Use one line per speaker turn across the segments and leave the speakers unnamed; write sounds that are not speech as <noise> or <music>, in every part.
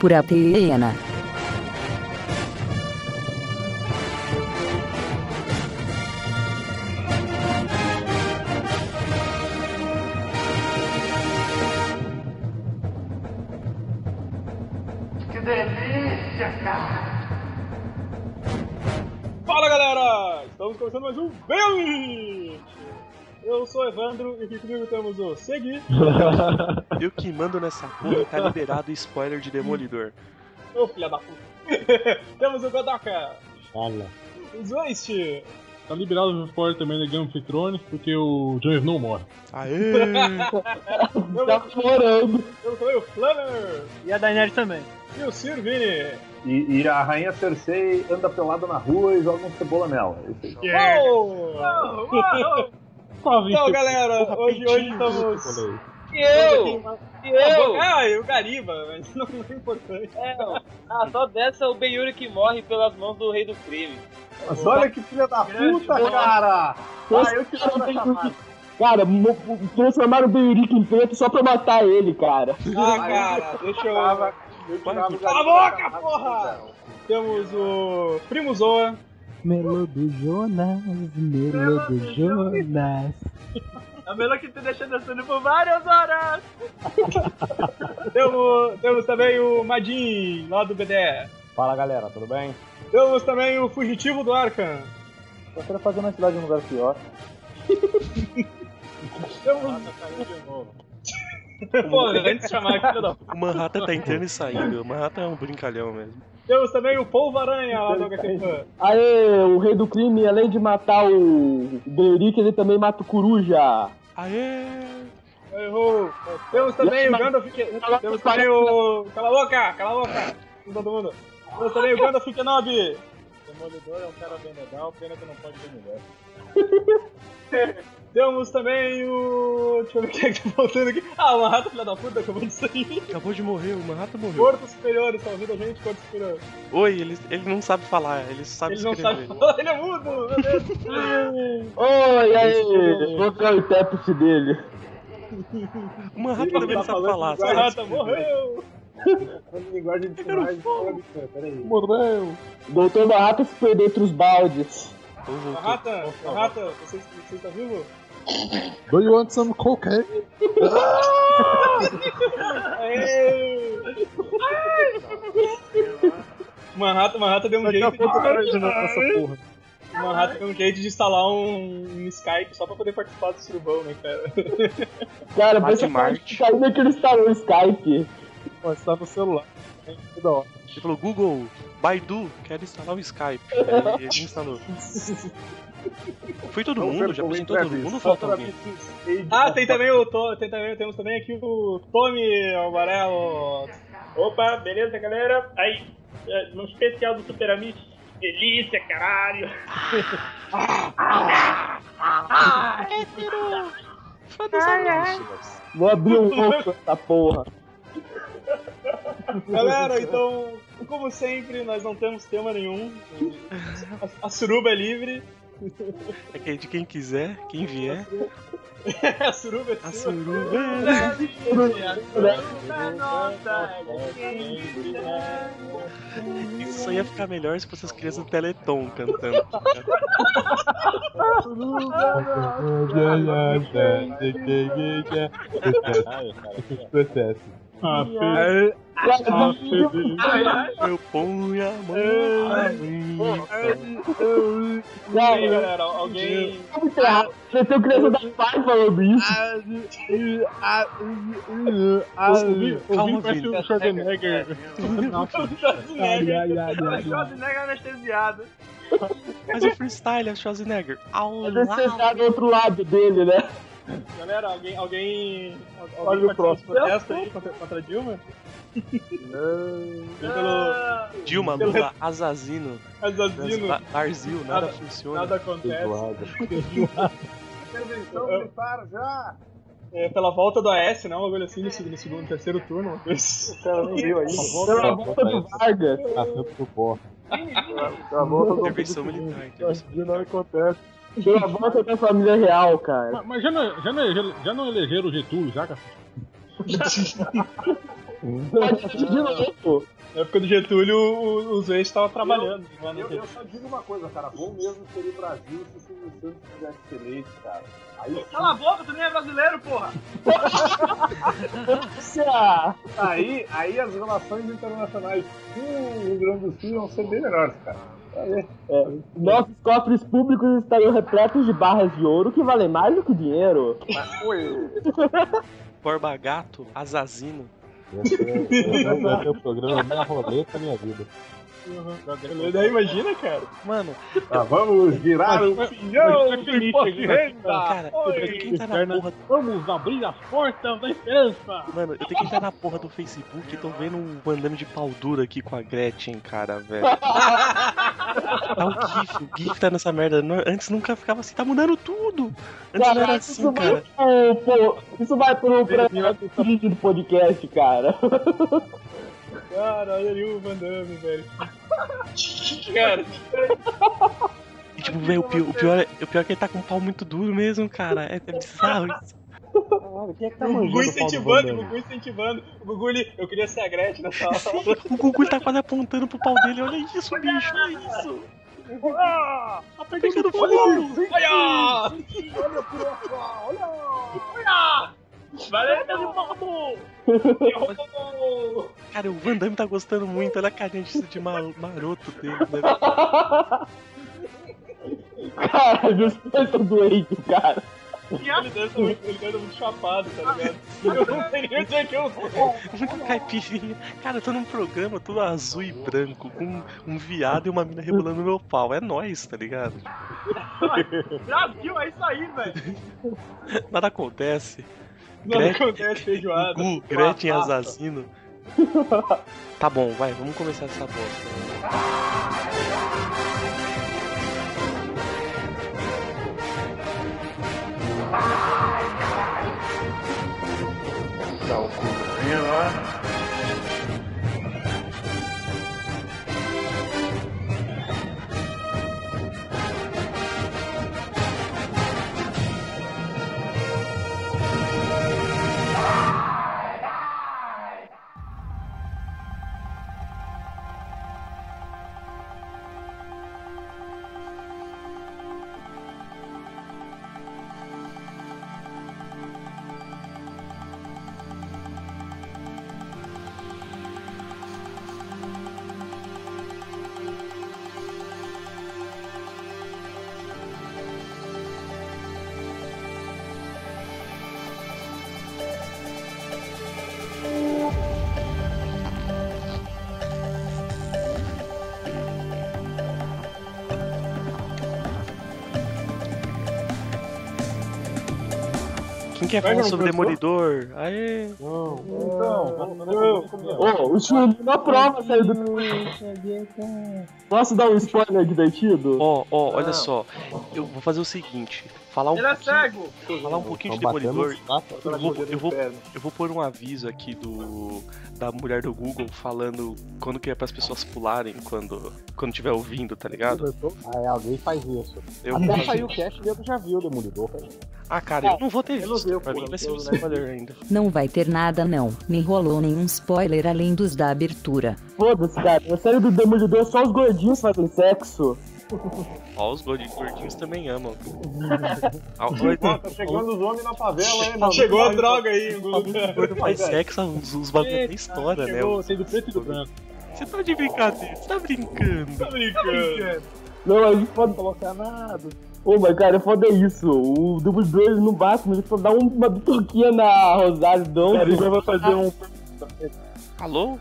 por Atena.
Que delícia, cara!
Fala galera! Estamos começando mais um Belly! Eu sou o Evandro e aqui comigo temos o Segui,
Eu que mando nessa porra tá liberado spoiler de Demolidor.
ô filha da puta. <laughs> temos o Godaka,
Fala.
o Zoist,
Tá liberado o spoiler também da Game of Thrones, porque o Jon Snow morre.
Aê!
eu,
chorando.
eu também o Flanner
E a Daenerys também.
e o Sir Vini.
E, e a rainha Cersei anda pelada na rua e joga um cebola nela. Esse-
é?
Quase.
Então galera, hoje, hoje estamos... Eu!
Eu!
Ah, eu Gariba, mas não é importante.
Ah, só dessa o Beyuri que morre pelas mãos do rei do crime.
Mas olha que filha da puta, cara! Ah, eu te dou na chamada.
Cara, mo- transformaram o Beirique em preto só pra matar ele, cara.
Ah, cara, deixa eu...
Tava- eu tirava
Cala a
o garoto
boca,
da casa
porra!
dela.
Temos o Primo Zoa.
Melodo Jonas, Melodo Jonas.
É melhor que tu deixa dançando por várias horas.
Temos, temos também o Madin, lá do BDE.
Fala galera, tudo bem?
Temos também o Fugitivo do Arkham.
Eu quero fazer uma cidade num lugar pior.
Temos... Pô, antes de chamar aqui, não.
O Manhattan tá entrando e saindo. O Manhattan é um brincalhão mesmo.
Temos também o Polvo Aranha, lá do HQ Fan.
Aê, o rei do crime, além de matar o Beirique, ele também mata o Coruja.
Aê!
Errou. Temos também o Gandalf... que- Temos também o... Cala a boca, cala a boca. Todo mundo. Temos também o Gandalf Kenobi.
Demolidor é um cara bem legal, pena que não pode ter mulher.
Temos também o... Deixa eu ver quem é que tá faltando aqui. Ah, o Manhattan, filha da puta, acabou
<laughs>
de sair.
Acabou de morrer, o Manhattan morreu.
Corpo superior, tá ouvindo a gente? Corpo superior.
Oi, ele, ele não sabe falar, ele sabe
Ele não
escrever.
sabe falar, ele é mudo, meu
<laughs>
Deus.
Oi, aí, vou ver o intérprete dele.
O Manhattan também não sabe falar,
tá O
sabe?
Manhattan morreu.
Linguagem de sinais. Peraí.
Morreu. Doutor Barata se perdeu entre os baldes.
Ou voltou.
Manhattan, Manhattan, você, você tá vivo?
Do you want some cocaine?
Aê!
Tá,
Manhattan, Manhattan deu um
Daqui a
jeito de...
pouco o cara de novo com essa porra.
Manhattan deu um jeito de instalar um, um Skype só pra poder participar do surubão, né, cara?
Cara,
Mate
pensa
Marte.
que caiu naquele Star Wars Skype.
Pô, você tá no celular. Tem que dar, ó.
Ele falou, Google, Baidu, quero instalar o Skype. Aí ele instalou. Foi todo mundo? Já pensou em todo mundo ou falta alguém?
Ah, tem também o... To- Tem também, temos também aqui o Tommy Alvarelo.
Opa, beleza, galera? Aí, é, no especial do Super Amigos. Delícia, caralho!
Tá
Vou abrir um
<laughs>
pouco essa porra.
Galera, então, como sempre, nós não temos tema nenhum. A, a suruba é livre.
É que é de quem quiser, quem vier.
a suruba é
A
sua.
suruba. Isso só ia ficar melhor se fosse as crianças do Teleton cantando.
Processo. Ah, filho. Ah, filho.
Eu ponho a
É.
mão em mim.
E aí, galera, alguém.
Muito errado. Você tem o criança da paz falando isso.
Ouvi,
Calma,
ouvi parece
é
filho.
o Schwarzenegger.
Schwarzenegger anestesiado.
Mas o freestyle é Schwarzenegger. Au,
Às vezes você
lá.
está do outro lado dele, né?
Galera, alguém. alguém al-
Olha
alguém
o próximo.
protesto aí contra, contra a Dilma? Pelo
Dilma, Lula, Azazino,
assassino,
Ba- Barzil, nada
Nada-
funciona.
nada acontece. <laughs>
Intervenção militar já!
É, pela volta do AS, né? Um bagulho assim no segundo, no segundo, terceiro turno. uma coisa. assim.
O cara não viu ainda.
Pela volta do Vargas.
Já volta
Intervenção militar. intervenção.
não acontece.
Pela volta da família real,
Ah,
cara.
é, Mas já não, já, não, já não elegeram o Getúlio, já, cara?
Pode decidir de novo.
Na época do Getúlio, o- o Zé estava trabalhando. mano.
Eu, eu só digo uma coisa, cara. Bom mesmo seria o Brasil se o Silvio Santos tivesse ser eleito, cara. Aí
Cala a boca, tu nem é brasileiro, porra!
Nossa!
Aí, aí as relações internacionais com o Rio Grande do Sul iam ser bem melhores, cara.
Nossos cofres públicos estariam repletos de barras de ouro que valem mais do que dinheiro.
Borba Gato, Azazino.
Vai ter o programa Minha Roleta Minha Vida.
Daí imagina, cara.
Mano,
Ah, vamos virar o pinhão do imposto de
né?
renda!
Tá,
cara, eu tenho que entrar na
Inferno.
porra.
Vamos abrir as
Tá
portas da esperança!
Mano, eu tenho que entrar na porra do Facebook. Tô vendo um bandano de pau dura aqui com a Gretchen, cara, velho. Tá o GIF, o GIF tá nessa merda. Não- Antes nunca ficava assim, tá mudando tudo. Antes não era
Caraca,
assim,
isso
cara.
vai pro, pro- isso vai pro, pra- pro vídeo do podcast, cara. <laughs>
Cara, olha ali o Van Damme,
<laughs>
velho.
E, tipo, velho, o pior, o, pior é, o pior é que ele tá com um pau muito duro mesmo, cara. É, é bizarro isso.
<laughs> O
um
Gugu incentivando, o
né?
Gugu incentivando. O Gugu, ele, eu queria ser a Gretchen nessa aula.
<laughs>
O Gugu tá quase apontando pro pau dele. Olha isso, bicho, olha isso. Tá pegando fogo.
Ah! Olha! Valeu,
Cara, o Van Damme tá gostando muito. Olha a carinha de, de ma- maroto dele, né?
Cara, meus pés tão doentes, cara.
Ele dança muito, ele dança muito chapado, tá ligado?
Ah,
Eu não sei nem onde é que eu vou.
Muito caipirinha. Cara, eu tô num programa todo azul e branco, com um viado e uma mina rebolando meu pau. É nóis, tá ligado?
Brasil, é isso aí, velho!
<laughs>
Nada acontece.
Nada
Gretchen,
acontece, feijoada.
Gu, Gretchen e Azazino. Tá bom, vai, vamos começar essa bosta. Quem quer falar sobre Demolidor? Aê!
Então,
Ô, o Chulinho na prova saiu do. Posso dar um spoiler divertido?
Ó, ó, olha só. Eu vou fazer o seguinte: falar um
Ele é
pouquinho,
cego!
falar um pouquinho
Então
de Demolidor. Eu vou, eu, vou, eu vou pôr um aviso aqui do da mulher do Google falando quando que é pras pessoas pularem quando quando tiver ouvindo, tá ligado?
Ah, é, alguém faz isso.
Eu
Até saiu o cast e eu já vi o Demolidor.
Ah, cara, eu não vou ter visto.
deu,
pra
pô,
mim vai ser
eu
um spoiler ainda.
Não vai ter nada não, nem rolou nenhum spoiler além dos da abertura.
Foda-se, cara. Na série do Demolidor só os gordinhos fazem sexo.
Ó, os gordinhos gordinhos também amam. Ah, o
Ó,
gordo-
tá chegando os homens na favela, hein, mano?
é, Chegou a droga aí, o Gugu.
o gordo faz sexo, os, os bagulho até estoura, né?
Eu sei do preto e do branco.
Você tá de brincadeira, você tá brincando.
Tá brincando.
Não, a gente pode colocar nada. Ô, mas cara, foda isso. O Demolidor ele não bate, mas ele só dá um- uma bitoquinha na Rosário Dom.
Cara, ele vai fazer um.
Alô?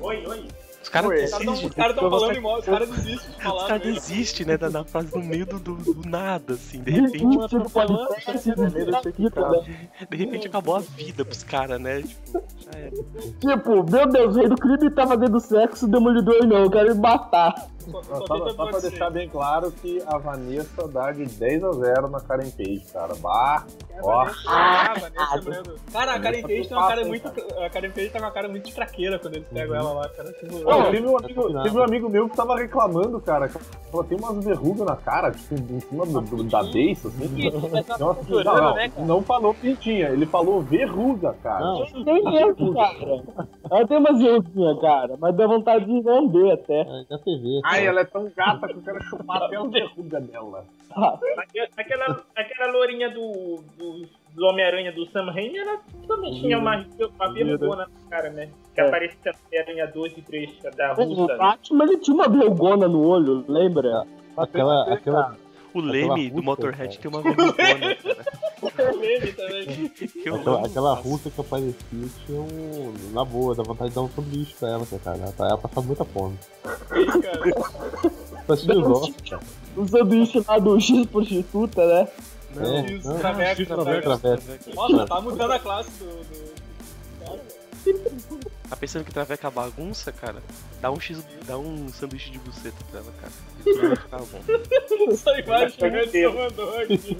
Oi, oi!
Os caras
é?
desistem.
Os caras tão falando em modo, os caras desistem de
Os
falar.
caras
velho.
desistem, né? Da, da frase no meio do, do- do nada, assim. De repente,
Gente, tipo, podcast, né?
de repente acabou a vida pros caras, né? Tipo, já era.
Tipo, meu Deus, o rei do crime tá fazendo sexo, o Demolidor não, eu quero me matar.
Só-
Só,
só Ah,
só,
tenta
só pra
assim.
acontecer.
deixar bem claro que a Vanessa dá de 10 a 0 na Karen Page, cara. Bah,
É,
ó.
Ah, Vanessa Brando. Cara, a Karen Page tem uma cara muito. A Karen Page tá com uma cara muito de fraqueira quando eles pegam ela lá, cara. Tipo,
Não, teve um, amigo, teve um amigo meu que tava reclamando, cara. que Ela tem umas verrugas na cara, tipo, em cima do- do- da beiça, assim.
Isso, essa
Nossa, não,
cultura,
não,
né, cara?
não falou pintinha, ele falou verruga, cara.
Não.
Nem eu, cara. Tipo, Ela tem umas joguinhas, cara, mas dá vontade de lamber até.
É da TV.
Ai, ela é tão gata que eu quero chupar até a verruga dela.
Aque- é Aquela, aquela lourinha do, do, do Homem-Aranha do Sam Raimi, ela também tinha uma, uma vergonha na cara, né? Que
É.
aparecia no Homem-Aranha 2 e 3 da né?
O
Rússia.
um Batman, ele tinha uma vergona no olho, lembra?
Aquela, aquela,
O Leme do
russa,
Motorhead
cara.
tem uma vergonha, né, cara.
também.
Que eu
aquela,
amo.
aquela russa que aparecia tinha um. Na boa, dá vontade de dar um sanduíche pra ela, cara. Ela, tá- ela passava muita fome. Tá cheio de ossos.
O Um sanduíche lá do X prostituta, né?
Não,
É,
Isso,
não,
traveco,
isso,
traveco.
traveco.
Nossa, tá mudando a classe do. do...
Tá pensando que traveca a bagunça, cara? Dá um x, dá um sanduíche de buceta pra ela,
<laughs>
cara. Isso vai ficar bom.
Essa imagem gigante que eu mandou aqui.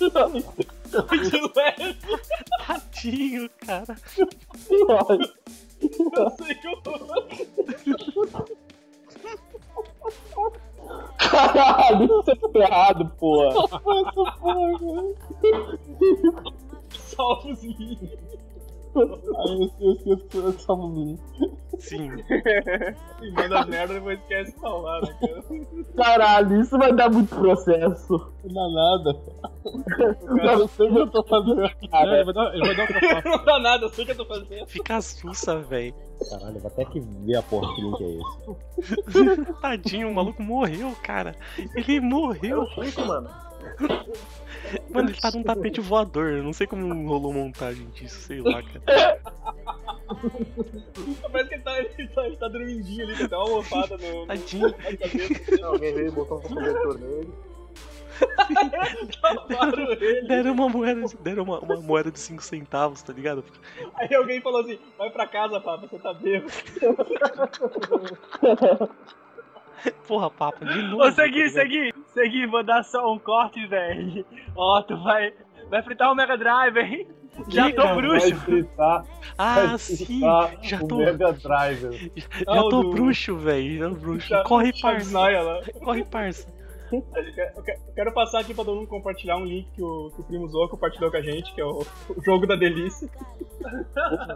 Não, mas
De leve,
Tadinho, cara.
eu sei que eu tô-
Caralho, isso é ferrado, porra.
salvo os meninos.
aí eu esqueço- eu esqueço eu
um
salvo o menino.
Sim.
E manda merda e depois esquece de salvar, né, cara?
Caralho, isso vai dar muito processo.
Não dá nada.
Cara,
Eu sei o que eu tô fazendo.
Ah,
cara.
Ele vai dar, ele vai dar um capaz.
Não dá nada, eu sei o que eu tô fazendo.
Fica sussa, velho.
Caralho, vai até que ver a porra que link é esse.
<laughs> Tadinho, o maluco morreu, cara. Ele morreu. mano. Mano, ele tá num tapete voador. Eu não sei como rolou montagem disso, sei lá, cara.
Parece que ele tá, ele tá, ele tá dormindinho ali, que dá uma almofada no. no...
Tadinho.
Alguém veio e botou um cobertor nele.
Salvaram ele.
Deram uma moeda de, deram uma, uma moeda de 5 centavos, tá ligado?
Aí alguém falou assim: vai pra casa, papo, você tá bêbado.
Porra, papa, de novo.
Ô, Segui,
tá ligado?
Segui, Segui, vou dar só um corte, velho. Ó, tu vai, vai fritar o Mega Drive, hein? Já
Que-
tô
Vai
bruxo.
fritar,
Ah,
vai
sim.
fritar
Já
o
tô,
Mega Driver.
já
Ah, o
tô
do-
bruxo, velho. Já tô bruxo. Corre, parça.
Noia lá.
Corre, parça.
Eu quero- eu quero- eu quero passar aqui pra todo mundo compartilhar um link que o, que o Primo Zoa compartilhou com a gente, que é o, o jogo da delícia.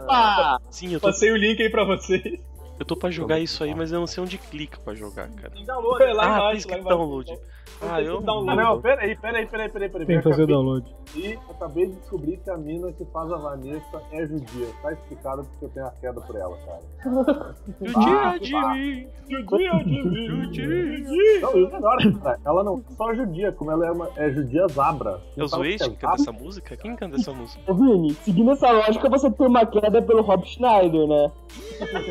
Opa!
Sim, eu tô,
Passei o link aí pra vocês.
eu tô pra jogar isso aí, mas eu não sei onde clica pra jogar, cara.
Download, é lá
Ah, por
embaixo,
isso
lá
que
embaixo.
download. Ah,
é
eu.
Ah, não, peraí, peraí, peraí, peraí. peraí.
Tem que fazer o
acabei,
download.
de- acabei de descobrir que a mina que faz a Vanessa é judia. Tá explicado porque eu tenho a queda por ela, cara.
Eu
Ah,
tiro de mim.
Não, e o melhor, cara, ela não é só judia, como ela é, uma, é judia zabra.
É o
Sabe o
Zueste
que é
que canta
zabra?
essa música? Quem canta essa música?
Ô, Vini, seguindo essa lógica, você tem uma queda pelo Rob Schneider, né?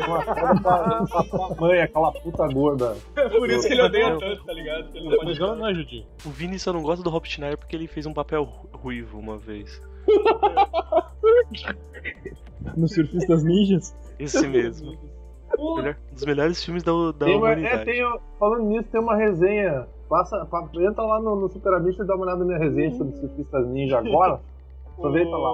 Uma cara pra- pra tua mãe, é aquela puta gorda.
É por isso que ele odeia tanto, tá ligado? Ele não
Mas
pode-
ela não é judia.
O Vini só não gosta do Rob Schneider porque ele fez um papel ru- ruivo uma vez.
Nos surfistas ninjas?
<laughs>
Esse mesmo. Melhor- um dos melhores filmes da, da
Tem uma- é,
humanidade.
tem, o- falando nisso, tem uma resenha. Passa, pa- entra lá no, no Super Amish e dá uma olhada na minha resenha sobre Surfistas Ninja agora. Aproveita lá.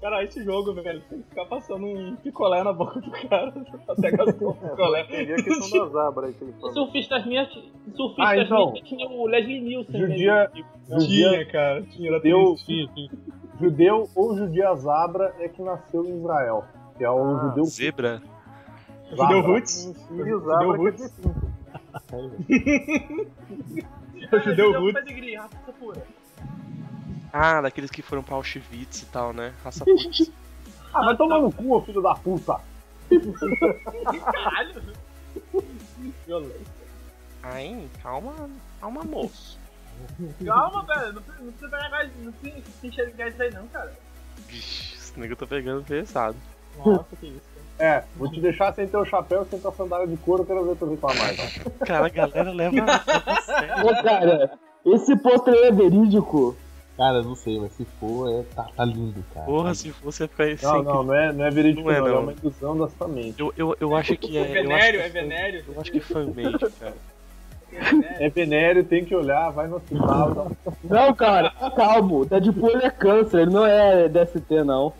Cara, esse jogo, velho, tem que ficar passando um picolé na boca do cara até gastar um picolé.
Peguei a questão da zabra aí que ele falou.
Surfistas minhas. Surfistas
Ah, então.
minhas tinha o Leslie Nielsen. né?
Judia, judia,
Tinha, cara, tinha, era
judeu,
Sim, sim.
judeu ou judia zabra é que nasceu em Israel. Que é o judeu
Zebra?
Judeu Roots.
Judeu Roots.
Judeu Roots.
Pedigree, raça pura.
Ah, daqueles que foram pra Auschwitz e tal, né?
<laughs>
Raça putz.
Ah, vai tomar no cu, ô filho da puta.
Caralho.
Ai, calma, calma, moço.
Calma, velho. Não precisa- não precisa pegar mais. Não precisa se enxergar isso aí, não, cara.
Vixe, esse nego tá pegando pesado.
Nossa, que isso.
É, vou te deixar sem teu chapéu, sem tua sandália de couro, eu quero ver tu reclamar. Então.
Cara, a galera leva. leva a sério.
Ô, cara, esse pôster aí é verídico.
Cara, eu não sei, mas se for, é, tá, tá lindo, cara.
Porra, se fosse ia ficar
Não,
sem
não, não é, não é verídico,
Não é,
não, é
não.
uma ilusão da sua mente.
Eu, eu, eu acho que é. eu acho que
Venério, é
fan-
venério.
Eu acho que é fanmade, cara.
É venério, tem que olhar, vai no hospital. dá um-
Não, cara, calmo. Deadpool ele é câncer, ele não é DST, não.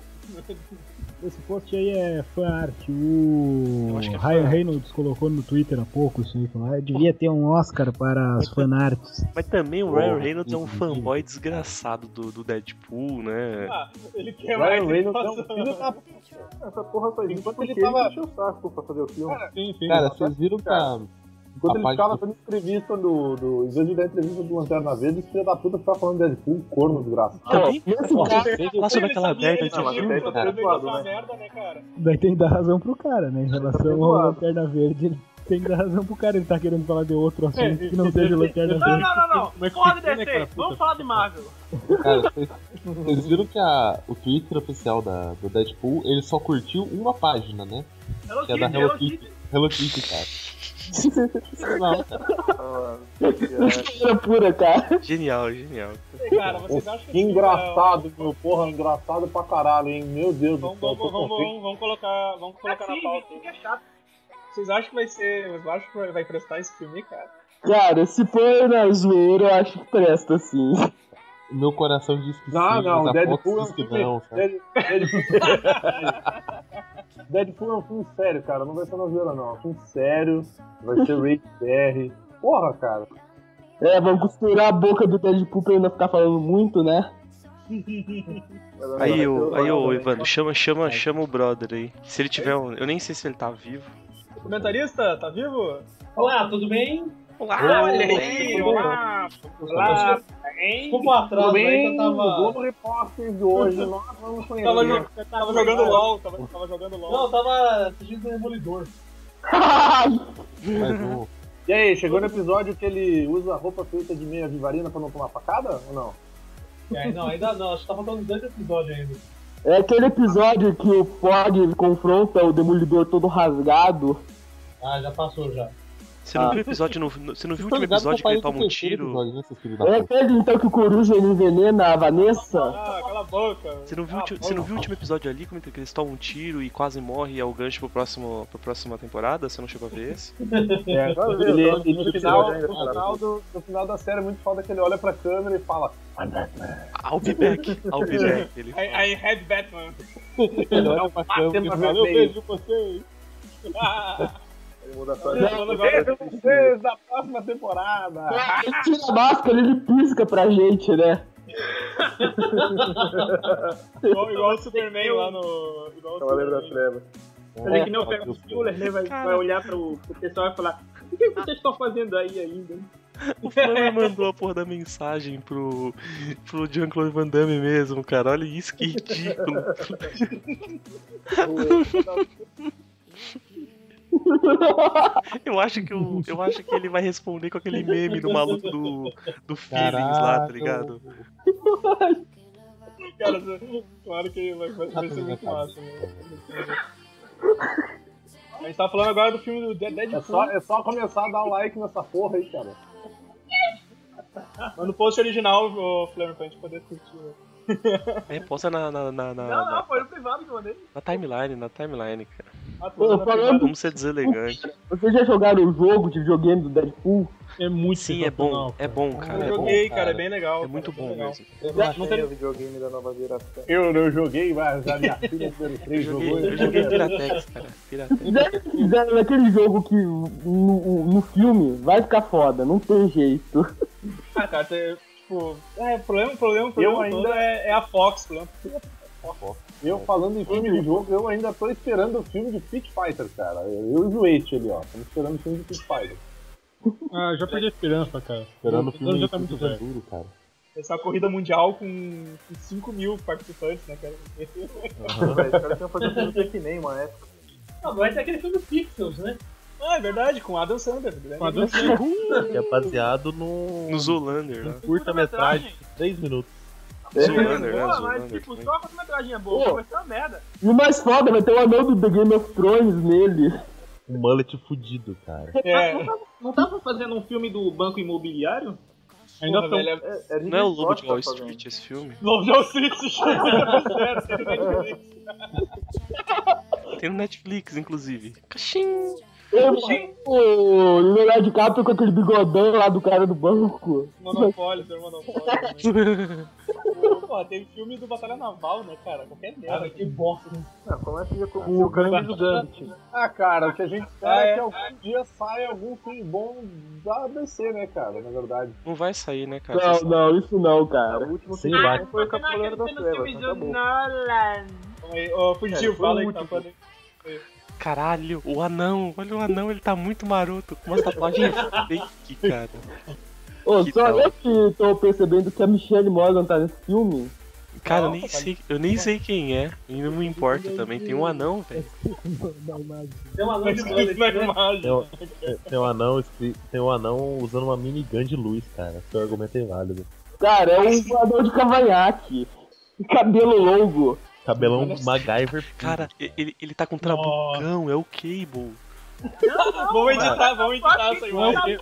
Esse post aí é fan art. O
Eu acho que é
Ryan
fan art.
Reynolds colocou no Twitter há pouco isso aí. Falou, "Ah, devia ter um Oscar para as fan arts.
Mas também o Ryan Reynolds é um fanboy desgraçado do, do Deadpool, né?
Ele quer mais.
Ryan
ele
Reynolds é
passa-
um filho da puta. Essa porra só existe
Enquanto
porque
ele
ele
tava-
encheu o saco pra fazer o filme.
Sim, sim.
Cara, vocês viram que a.
Enquanto ele
rapaz,
ficava dando entrevista do, do... Em vez de dar entrevista do Lanterna Verde, esse filho da puta ficava falando Deadpool, um corno desgraçado.
Ah,
Ah,
Também
Nesse cara,
falar sobre aquela
sabia
merda
que ele
de filme.
sabia
cara.
que ele tava merda, né, cara?
Daí tem que dar razão pro cara, né? Em relação ao
perdoado.
Lanterna Verde, ele tem que dar razão pro cara. Ele tá querendo falar de outro assunto que não seja Lanterna
Não,
Verde.
não, não, não.
Como é que
Foda
fica, né, cara?
DC. Vamos falar de Marvel.
Cara, vocês- vocês viram que a, o Twitter oficial da, do Deadpool, ele só curtiu uma página, né?
Hello
Que é da
Kitty,
Hello
Hello
Kitty.
Kitty.
Hello Kitty, cara. Não, cara.
era <laughs> pura, cara.
Genial, genial.
Cara, vocês acham
Que engraçado, meu. Porra, engraçado pra caralho, hein? Meu Deus do
Vamos,
céu. eu
vamos,
tô
vamos,
confuso.
vamos, vamos colocar, vamos colocar na pauta.
Assim, que é chato.
Vocês acham que vai ser. Vocês acham que vai prestar esse filme, cara?
Cara, se for na zoeira, eu acho que presta, sim.
Meu coração diz que
Não,
sim,
não,
mas a
Deadpool
Fox
é um
diz que
filme-
não, sabe?
Dead- Deadpool- Deadpool é um filme sério, cara. Não vai ser novela, não. É um filme sério. Vai ser Rated R. Porra, cara.
É, vamos costurar a boca do Deadpool pra ele não ficar falando muito, né? <laughs>
Aí, o, aí o Ivano, chama, chama, chama o brother aí. Se ele tiver um. Eu nem sei se ele tá vivo.
Comentarista, tá vivo? tá
Olá, tudo bem?
Olá,
Olha aí, olá. Olá. Hein?
Desculpa o atraso,
né?
aí que eu
O
tava.
Globo Repórter de <laughs> hoje, nós vamos conhecer.
Tava, jo- tava jogando LOL, tava, tava jogando LOL.
Não, eu tava assistindo o Demolidor.
Mas o-
E aí, chegou no episódio que ele usa roupa feita de meia vivarina pra não tomar facada? Ou não?
É, não, ainda não, acho que tá faltando dois episódios ainda.
É aquele episódio que o Fog ele confronta o Demolidor todo rasgado.
Ah, já passou já.
Você não viu o episódio no. no- Você não viu o
Ah. Tô
último
ligado
episódio
eu
que ele
parei no
toma um
terceiro
tiro?
episódio, né, seus filhos da
É
puta?
aquele então que o Coruja ele envenena a Vanessa?
Ah, cala a boca.
Você
Ah,
não viu, o ulti- você não viu o último episódio ali, como é que eles tomam um tiro e quase morre e é o gancho pro próximo, pra próxima temporada? Você não chegou a ver esse?
<laughs>
<laughs>
É, ele,
eu tô
ele
no
no, final,
episódio ainda,
no
cara.
final do, no final da série é muito foda que ele olha pra câmera e fala.
I'll be back, I'll be back.
<laughs>
Ele...
I, I had Batman.
Ele olha pra câmera e
Batman
fala, eu
veio.
vejo vocês.
Ele muda a série. Vocês da próxima temporada!
Ele tira a máscara, ele pisca pra gente, né?
Igual, igual o Superman lá no. Igual o Superman.
Trevas.
Fazer que nem o Ferro
É.
Fuller, né? Vai, vai olhar pro, pro pessoal e vai falar: O que vocês estão fazendo aí ainda?
O Flamengo mandou a porra da mensagem pro, pro Jean-Claude Van Damme mesmo, cara. Olha isso, que ridículo. Eu acho que, o, eu acho que ele vai responder com aquele meme do maluco do, do Feelings lá, tá
Caraca,
ligado?
<laughs> Cara, claro que vai, vai, vai ser muito massa. Né? A gente tá falando agora do filme do Dead-
É
Deadpool. né?
só, é só começar a dar o like nessa porra aí, cara.
Mas no post original, o Flamengo, pra gente poder curtir. né?
É, posta na, na, na, na,
Não, não,
na,
foi no privado que eu mandei.
na timeline, na timeline, cara.
Ah, tu
Ô,
tá
falando-
Vamos ser deselegante.
Vocês já jogaram o jogo de videogame do Deadpool?
É muito
Sim, é bom, é bom, cara.
Eu
É bom.
joguei,
bom,
cara, é
cara.
bem legal.
É muito
cara, bem
bom
legal.
mesmo.
Eu não joguei, mas a minha filha número 3
Eu joguei,
jogou.
eu joguei Piratex, cara. Piratex.
Já que fizeram aquele jogo que no, no filme vai ficar foda, não tem jeito.
Ah, cara, tem, tipo. É, o problema, o problema, o
Eu
problema
ainda-
todo é, é a Fox, o problema.
Eu
É.
falando em filme de jogo, eu ainda tô esperando o filme de Street Fighter, cara. Eu enjoei ele, ó. Tô esperando o filme de Street Fighter.
Ah, já perdi a esperança, cara.
Esperando o filme
já
do
tá muito
Super
velho.
Duro, cara.
Essa corrida mundial com, com 5 mil participantes, né, cara?
É,
Ah, vai
é
ter aquele filme Pixels, né?
Ah, é verdade, com Adam Sandler. né?
Que é baseado no...
No Zoolander, né?
Curta-metragem. 3 minutos.
Zoolander, né?
boa, mas
Zoolander.
tipo,
também.
só a cortometragem é boa,
Pô.
vai ser uma merda.
E o mais foda, vai ter o anel do The Game of Thrones nele.
Um mullet fudido, cara.
É,
Não tava fazendo um filme do Banco Imobiliário?
ainda
Porra,
tão- <laughs>
velho, é-
Não é o Lobo de Wall Street esse filme?
Lobo de Wall Street, sério.
Tem no Netflix, inclusive. Caxim!
Eu, o Leonardo DiCaprio com aquele bigodão lá do cara do banco.
<laughs>
Monopólio, seu monopólio. né?
Pô, tem filme do Batalha Naval, né, cara? Qualquer merda.
que bosta.
Não, começa já com o grande do Gambit. Ah, cara, o que a gente quer
Ah,
é,
é.
que algum dia saia algum filme bom da DC, né, cara? Na verdade.
Não vai sair, né, cara?
Não,
Vocês-
não, isso não,
É O
cara.
último
Sei
filme
lá.
bom foi o Cavaleiro das Trevas. Acabou.
Nolan.
Ô, Fugitivo,
É, foi
fala
o
aí, tá
último.
falando aí.
Caralho, o anão, olha o anão, ele tá muito maroto, com umas tatuagens fake, cara.
Ô,
Que
só
tal?
eu que tô percebendo que a Michelle Morgan tá nesse filme.
Cara, eu nem sei, eu nem sei quem é, e não me importa também, tem um anão, velho.
Dá uma
Tem uma luz de
Escrito na imagem.
Tem um, tem, um anão, escri- tem um anão usando uma minigun de luz, cara. Seu argumento é inválido.
Cara, é um voador de cavanhaque. Cabelo longo.
Cabelão MacGyver.
Cara, e- ele, ele tá com trabucão, é o Cable.
Vamos editar, vamos editar essa imagem.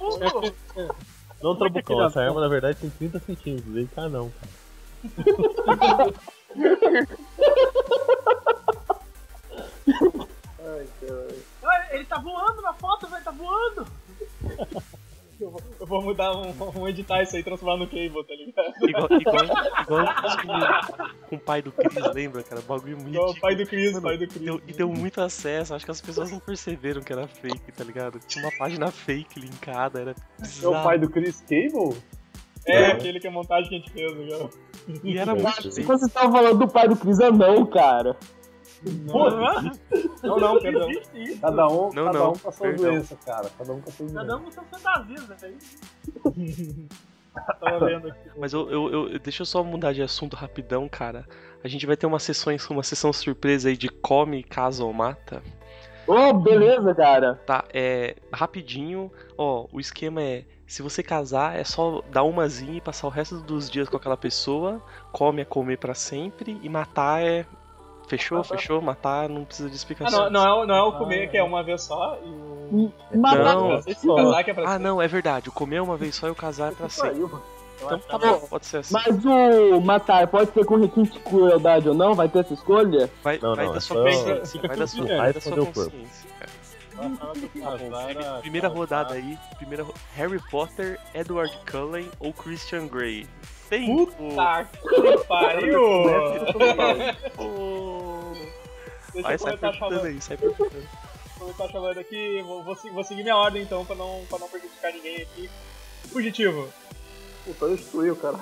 Não
é
trabucão, essa arma na verdade tem 30 centímetros. Ele tá não, cara.
Ele tá voando na foto, velho, tá voando.
Eu vou mudar, um- vamos editar isso aí, transformar no Cable, tá ligado?
Igual, igual, igual os filmes com o pai do Chris, lembra, cara? Bagulho muito.
Igual o pai do Chris,
tipo, Mano,
pai do
e deu,
Chris.
e deu muito acesso, acho que as pessoas não perceberam que era fake, tá ligado? Tinha uma página fake linkada, era
É
bizarro.
o pai do Chris Cable?
É, aquele que é a montagem que a gente fez, já.
E era muito
é?
Se
fake.
você tava falando do pai do Cris, é não, cara.
Não, não, perdão.
Cada
Não,
um, cada
não,
um com a sua
perdão.
doença, cara. Cada um com a sua
Tá
doença.
dando suas fantasias, velho.
Tava vendo aqui.
Mas eu, eu, eu- deixa eu só mudar de assunto rapidão, cara. A gente vai ter uma sessão, uma sessão surpresa aí de come, casa ou mata.
Ô, beleza, cara.
Tá, é rapidinho. Ó, o esquema é se você casar, é só dar umazinha e passar o resto dos dias com aquela pessoa. Come é comer pra sempre e matar é fechou, fechou, matar não precisa de
Ah,
explicação.
não, não é, o- não é o comer, que é uma vez só, e o...
Não.
Não, se casar que é pra
Ah,
sempre.
não, é verdade. O comer uma vez só e o casar é pra sempre. Então tá bom, pode ser assim.
Mas o matar pode ser com requinte de crueldade ou não? Vai ter essa escolha?
Vai,
Não,
vai
não,
da
é
sua
só-
consciência. Vai da sua,
Vai
vai da sua
responder o corpo.
consciência, cara. Tá bom, Felipe, primeira rodada aí. Primeira ro- Harry Potter, Edward Cullen ou Christian Grey? Tempo!
Tá, que pariu! Deixa eu
Vai, sai
começar
perguntando
falando,
aí, sai perguntando.
começar falando aqui, vou, vou se- vou seguir minha ordem então, pra não, pra não prejudicar ninguém aqui. Fugitivo.
Puta, eu excluí o cara.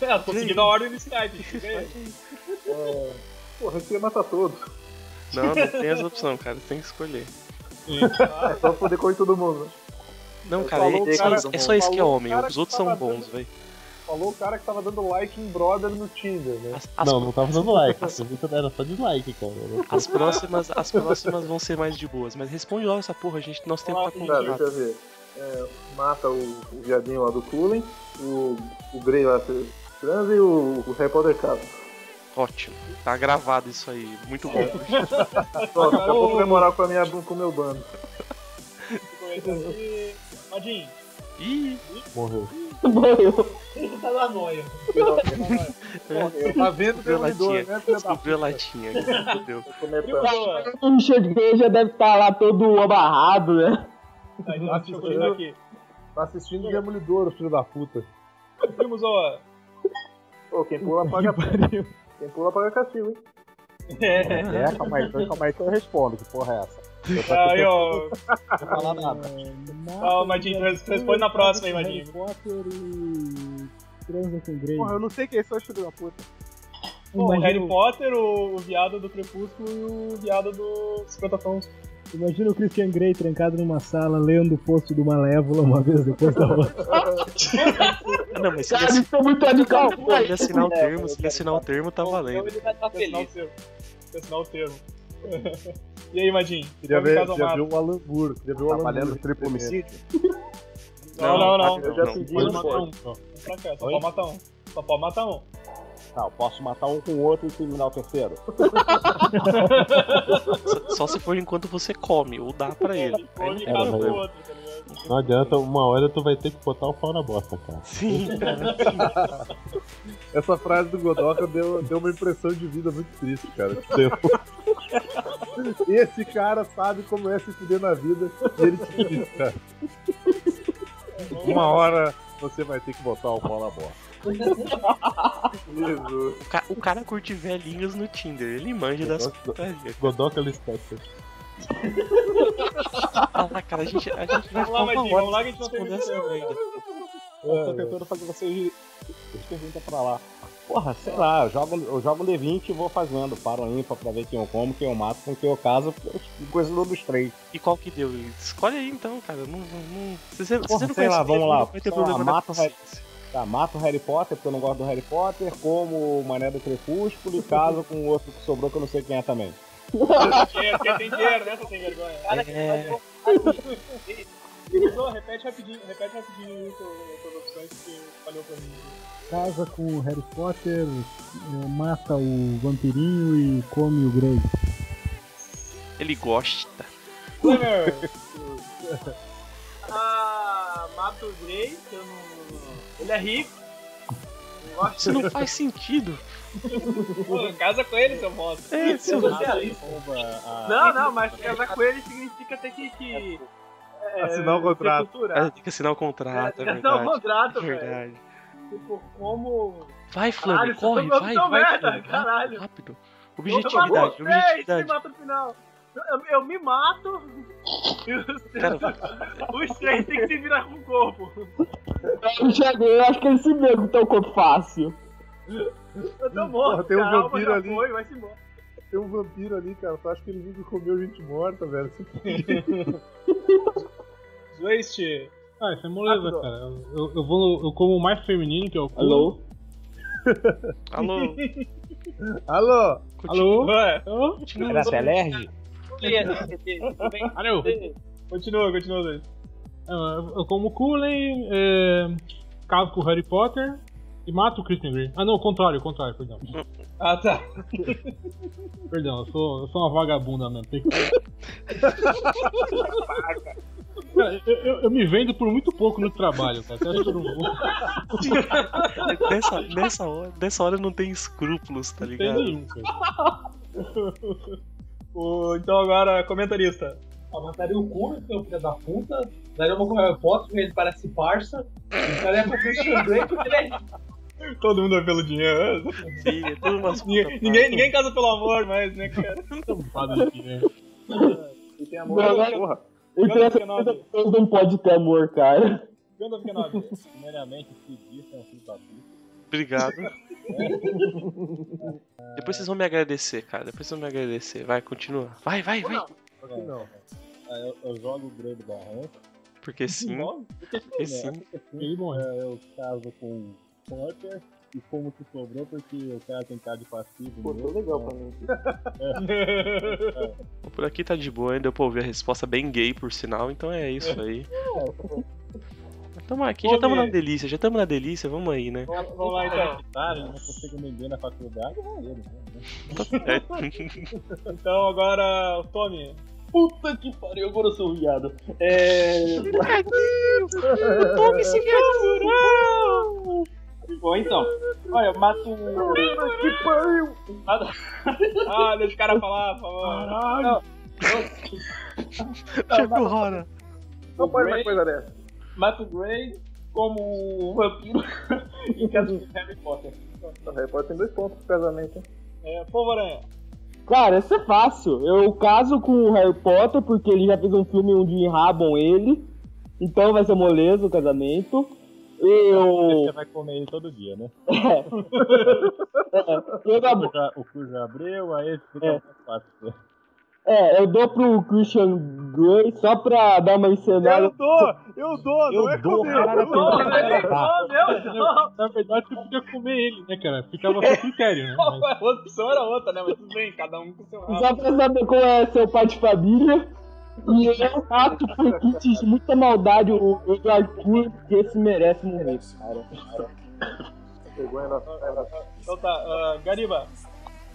É, tô seguindo a ordem do Skype. fica aí.
É. Porra, eu queria matar todos.
Não, não tem as opções, cara, tem que escolher.
É só poder correr todo mundo.
Não,
Ele
cara,
falou,
é, é
cara,
só, é só esse que é
falou,
homem,
cara,
os outros
que
são
tava
bons,
dando-
velho.
Falou o cara que tava dando like em brother no Tinder, né?
As, as-
não, não tava dando like. Essa luta era só dislike, cara.
as próximas, as próximas vão ser mais de boas, mas responde logo essa porra, gente, nosso tempo tá
Tá,
contado.
deixa eu ver. É, mata o, o viadinho lá do Cullen, o, o Grey lá se- transa e o, o Harry Potter casa.
Ótimo, tá gravado isso aí, muito bom.
Nossa, daqui a pouco vai morar com, a minha, com o meu bando.
Começa aqui. Madinho,
Ih,
Morreu.
Morreu.
Tá lá noia.
Tá vendo que é
descobriu a latinha,
né? filha da
descobriu a latinha, gente, entendeu?
puta, como é pra-
boa.
O Michel Grey já deve estar lá todo amarrado, né?
Tá, então deixa eu continuar aqui.
Tá assistindo o Demolidor, o filho da puta.
Primo Zoa.
Ô, quem pula <laughs> paga Quem pula paga castigo, hein? É, calma aí, então, calma aí que eu respondo, que porra é essa?
Aí, ó.
Não vou falar nada.
Ó, Madinho, res- responde na próxima aí, Madinho.
Harry Potter e transa com Grey.
Porra, eu não sei quem sou, filho da puta.
Pô, o
Imagina
Harry Potter, o, o viado do Crepúsculo e o viado do 50 Tons.
Tá
Imagina o Christian Grey trancado numa sala lendo o posto do Malévola uma vez depois da outra.
Ah, não, mas se
Cara,
ele,
isso é muito radical.
Pô, ele assinar o termo, se ele assinar o termo, tá valendo.
ele vai estar
Vou assinar é o termo.
feliz.
Vou assinar é o termo. <laughs> E aí, Madinho?
Queria
Tá
Come
ver,
casa ou
queria
é mata?
ver o Alan Moore. Queria ver o Alan Moore.
triplo homicídio?
Não, não, não.
tá
Eu já pedi
pode-
uma
pode-
um Pra cá, Só
Oi?
pode matar um. Só pode matar um.
Tá, eu posso matar um com o outro e terminar o terceiro.
só- Só se for enquanto você come, ou dá pra ele. Aí não
Pode
tem
Era,
matar um
velho.
pro outro, tá ligado?
Não adianta, uma hora tu vai ter que botar o pau na bosta, cara. <laughs>
Sim, cara.
Essa frase do Godoka deu, deu uma impressão de vida muito triste, cara. Tipo, <laughs> Esse cara sabe como é se fuder na vida e ele te diz, cara. Uma hora você vai ter que botar o pau na bola.
Jesus. O, ca- o cara curte velhinhos no Tinder, ele manja das putarias.
Godoka Lispector.
Ah lá, cara, a gente, a gente
Vamos lá,
vai ficar uma
Matinho, vamos
hora
lá que a gente não tem
respondendo essa merda.
Eu
É.
tô tentando fazer vocês. Vocês perguntam pra lá. Porra, sei lá, eu jogo, eu jogo D20 e vou fazendo. Paro limpa pra ver quem eu como, quem eu mato, com quem eu caso. Coisa dos três.
E qual que deu? Escolhe aí então, cara. Não, não, não... Se você, se
Porra,
você não
sei lá,
conhece
vamos lá.
não vai ter
Sei
problema
lá,
na
mata o Harry-
consciência.
Tá, mato o Harry Potter porque eu não gosto do Harry Potter, como o Mané do Crepúsculo e caso com o outro que sobrou que eu não sei quem é também.
É, porque tem dinheiro, né, seu sem vergonha?
É,
Professor, repete rapidinho, repete rapidinho aí suas opções que falhou pra mim.
Casa com o Harry Potter, eh, mata o vampirinho e come o Grey.
ele gosta.
Ah, mata o Grey, que eu não. Ele é rico. Não gosto
Isso não faz sentido.
Pô, <laughs> casa com ele, seu moto.
É, seu
Não, não, mas
é
casar com ele significa ter que. que é,
Assinar o contrato.
ter cultura.
Ela tem que assinar o contrato,
<laughs>
é,
Assinar
verdade.
o contrato,
é
velho.
verdade.
Tipo, como.
Vai,
Caralho, vocês
Flamengo, corre,
tão
vai,
tão
vai.
merda,
Flamengo,
caralho.
Rápido.
eu
Objetividade,
mato três, me
objetividade.
mata no final. Eu, eu me mato. <laughs> E os, <laughs>
Cara,
os três tem que se virar com o corpo.
Thiago, eu acho que ele se mesmo tem o corpo fácil.
Eu tô
Porra,
morto.
tem um
cara, a alma
vampiro
já
ali.
Foi, vai se embora.
Tem um vampiro ali, cara. Tu acha que ele vive comeu gente morta, velho?
Waste.
Ah, isso é moleza,
Rápido.
cara. Eu, eu vou, eu como o mais feminino que eu como.
Alô?
alô,
Alô?
continua.
Ué,
continua.
Era Celerge?
Alô?
Continua, continua, Zeus.
É, Eu, eu como Cullen, é, caso com o Harry Potter e mato o Christian Grey. Ah, não, o contrário, o contrário, perdão.
<laughs> Ah, tá.
Perdão, eu sou, eu sou uma vagabunda mesmo. tem que- Cara, eu, eu- eu me vendo por muito pouco no trabalho, cara. Você acha que eu não vou?
Nessa, nessa, hora, nessa hora não tem escrúpulos, tá
Não tem
ligado?
nenhum, cara.
O- então agora, comentarista.
Eu mataria o Curio, que é o filho da puta. Daria uma com o Harry Potter, porque ele parece parça. Então Daria com o
<laughs>
Christian Grey, porque ele é
Todo mundo é pelo dinheiro.
Sim, é tudo umas puta
Ninguém, ninguém, ninguém casa pelo amor, mas, né, cara?
um
Fada de
<laughs>
né?
dinheiro.
E tem
Não, agora- O
Gandalf
Thiago
Kenobi.
não pode ter amor, cara.
Gandalf Kenobi.
Primeiramente, se disse é um filho da puta.
Obrigado. Depois vocês vão me agradecer, cara. Depois vocês vão me agradecer. Vai, continua. Vai, vai, vai.
Não.
Aí Ah, eu, eu jogo o Grey do Barranco.
Porque sim, porque sim.
Ele morreu.
É, eu caso com o Potter e como que sobrou, porque o cara tem cara de passivo.
Pô,
mesmo,
tô legal
né?
pra mim.
Por aqui tá de boa, ainda deu pra ouvir a resposta bem gay, por sinal, então é isso <laughs> aí. Tamo aqui, já estamos na delícia, já estamos na delícia, vamos aí, né?
Vamos vamos lá, então.
Cara, ele não consegue vender na faculdade, vai ele, né?
Então agora, o Tommy.
Puta que pariu, agora eu sou um viado.
<laughs>
Bom, então. Olha, eu mato o.
Que pariu!
<laughs> Ah, deixa o cara falar, por favor.
Chega o Rora.
Não faz mais coisa dessa.
Mato o Grey como
um
o
<laughs>
vampiro em caso de Harry Potter.
Harry Potter tem dois pontos pro casamento, hein?
É, Povoranha.
Cara, isso é fácil. Eu caso com o Harry Potter, porque ele já fez um filme onde enrabam ele. Então vai ser moleza o casamento. Eu.
Você vai comer ele todo dia, né?
eu
Tá
dou a
O cu já- O cu já abriu, aí fica
É.
mais fácil.
É, eu dou pro Christian Grey só pra dar uma encenada.
Eu dou! Eu dou! não é comigo!
cara,
eu dou.
é
Tá.
Oh, meu Deus!
Na verdade, você podia comer ele, né, cara? Ficava a seu critério, né? Mas-
A opção era outra, né? Mas tudo bem, cada um com seu rabo.
Só pra saber como é seu pai de família.
<laughs>
E eu mato porque tinha muita maldade o Eduardo Cunha, porque esse merece morrer, cara.
Então tá, ah, Gariba.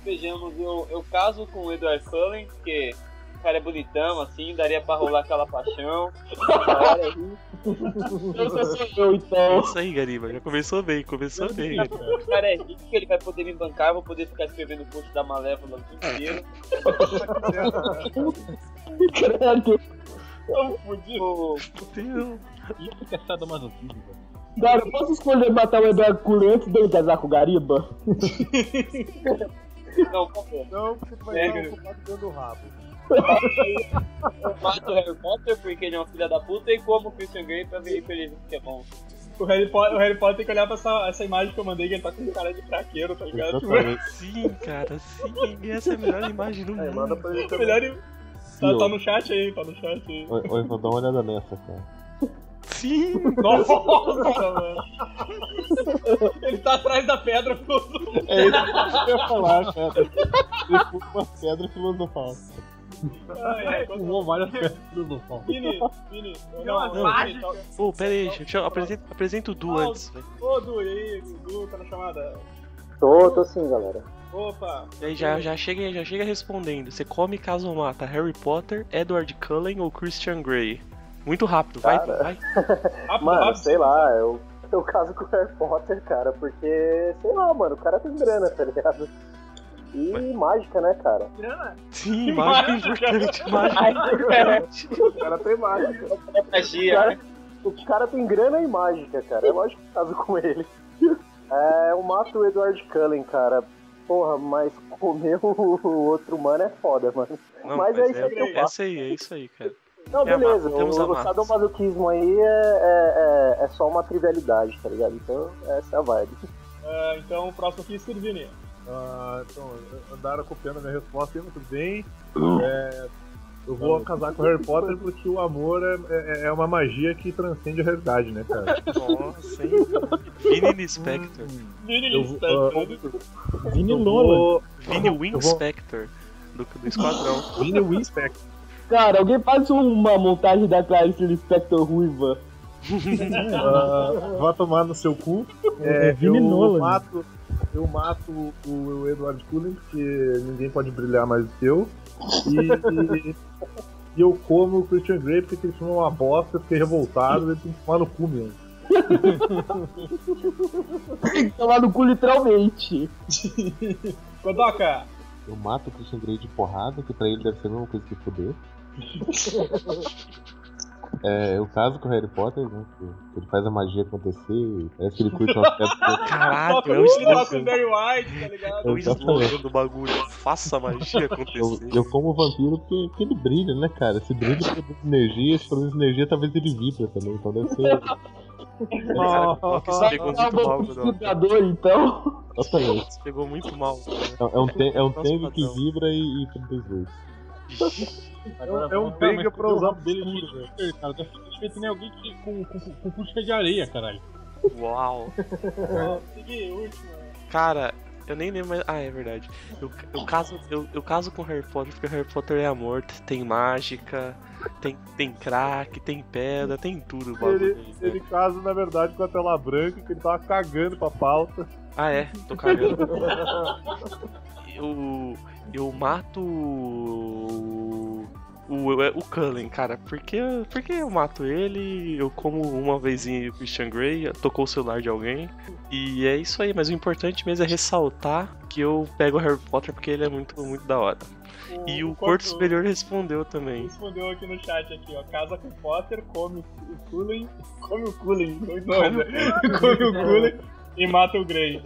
Vejamos, eu, eu caso com o Edward Cullen, porque o cara é bonitão, assim, daria pra rolar aquela paixão.
Eu sou só eu, então. <laughs>
Isso aí, Gariba, já começou bem, começou bem.
O cara é rico, ele vai poder me bancar, eu vou poder ficar escrevendo o post da Malévola o dia inteiro.
Credo.
Tipo,
Meu Deus.
Então,
Isso que é sadomasoquismo, velho.
Cara, eu posso escolher matar o Eduardo Cunha antes dele casar com o Gariba?
Não, por favor.
Não, porque tu vai
É,
dar
cara.
um focado dentro do rabo.
Eu mato o Harry Potter porque ele é uma filha da puta e como o Christian Grey pra ver pra ele ver que é bom.
O Harry, Potter, o Harry Potter tem que olhar pra essa, essa imagem que eu mandei, que ele tá com cara de craqueiro, tá ligado?
Exatamente. Sim, cara, sim. Essa é a melhor imagem do mundo.
manda pra <laughs> ele também. Tipo, Melhor im- tá, tá no chat aí, tá no chat aí.
Oi, oi, vou dar uma olhada nessa, cara.
Sim!
Nossa, mano. Ele tá atrás da pedra, pô.
É isso que eu ia falar, cara. Desculpa as pedras filosofal.
Ai,
Tá
ai,
Pulou várias pedras no pau.
Vini, Vini.
uma mágica.
Pô, pera aí, deixa eu apresento, apresento o Du antes, velho.
tá, Ô, Du, e aí? O Du tá na chamada.
Tô, tô sim, galera.
Opa.
E aí já, já, chega, já chega respondendo. Você come caso ou mata Harry Potter, Edward Cullen ou Christian Grey? Muito rápido, vai,
Cara.
vai.
mano, sei lá, eu, eu caso com o Harry Potter, cara, porque, sei lá, mano, o cara tem grana, tá ligado? E mágica, né,
<laughs>
cara? <laughs>
Sim, imagem importante, imagem importante.
O cara tem mágica.
magia.
né?
O cara, o cara tem grana e mágica, cara. É lógico que eu caso com ele. <laughs> É, eu mato o Edward Cullen, cara. Porra, mas comer o o outro humano é foda, mano.
Não,
mas, é isso aí que eu
é,
faço.
essa aí, é isso aí, cara.
Não,
É a
beleza.
mata, temos
o,
a
o
mata.
sadomasoquismo aí é, é, é, é só uma trivialidade, tá ligado? Então, essa é a vibe.
Ah, então, o próximo aqui, Sirvini.
Ah, então, andaram copiando a minha resposta, muito bem. É, eu vou casar com o Harry Potter porque o amor é, é- é uma magia que transcende a realidade, né, cara?
Nossa, hein? Vini
<laughs>
Inspector.
Hum.
Vini
Eu
é
vou- ah,
Vini
eu
Lola.
vou-
Vini
eu vou-
Winspector. Do, do Esquadrão.
Vini Winspector.
Cara, alguém faz um, uma montagem da Clarice Lispector ruiva.
Ah, vai tomar no seu cu. É,
É Vini
eu
Nolan.
mato, eu mato o, o Edward Cullen porque ninguém pode brilhar mais do que eu. E, e- e eu como o Christian Grey porque ele filme é uma bosta, eu fiquei revoltado, ele tem que tomar no cu mesmo.
Tem que tomar no cu literalmente.
Godoka!
Eu mato o Christian Grey de porrada, que pra ele deve ser a mesma coisa que foder. É, eu caso com o Harry Potter, né? que- que Ele faz a magia acontecer, parece que ele curte umas pedras.
Caralho, é o
Nossa, o
slogan.
Barry White, tá ligado?
É o slogan do bagulho. Faça a magia
Eu,
acontecer.
eu como vampiro porque, porque ele brilha, né, cara? Se brilha, produz energia, se produz energia, talvez ele vibra também, então deve
Tá
ser.
Cara, que isso pegou muito mal, Godoka.
Vibrador, então.
Exatamente.
Isso pegou muito mal.
É, é um, te, é um
Nosso
tango que
padrão.
vibra e, e produz luz.
<laughs>
É um pega pra usar né?
dele tudo, cara. Deve ser feito nem alguém que, com, com, com cusca de areia, caralho.
Uau.
Segui, última.
Cara, eu nem lembro mais. Ah, é verdade. Eu, eu caso, eu, eu caso com Harry Potter porque Harry Potter é amor, tem mágica, tem, tem crack, tem pedra, tem tudo o bagulho.
Ele, ele casa, na verdade, com a tela branca, que ele tava cagando pra pauta.
Ah, é? Tô cagando.
<laughs>
eu. Eu mato. O, o, é, o Cullen, cara. Porque, porque eu mato ele, eu como uma vezinha o Christian Grey, tocou o celular de alguém. E é isso aí, mas o importante mesmo é ressaltar que eu pego o Harry Potter porque ele é muito, muito da hora. e o Porto Superior respondeu também.
Respondeu aqui no chat aqui, ó. Casa com Potter, come o Cullen. Come o Cullen. Come,
Come
o-
<laughs> come o Cullen e mata o Grey.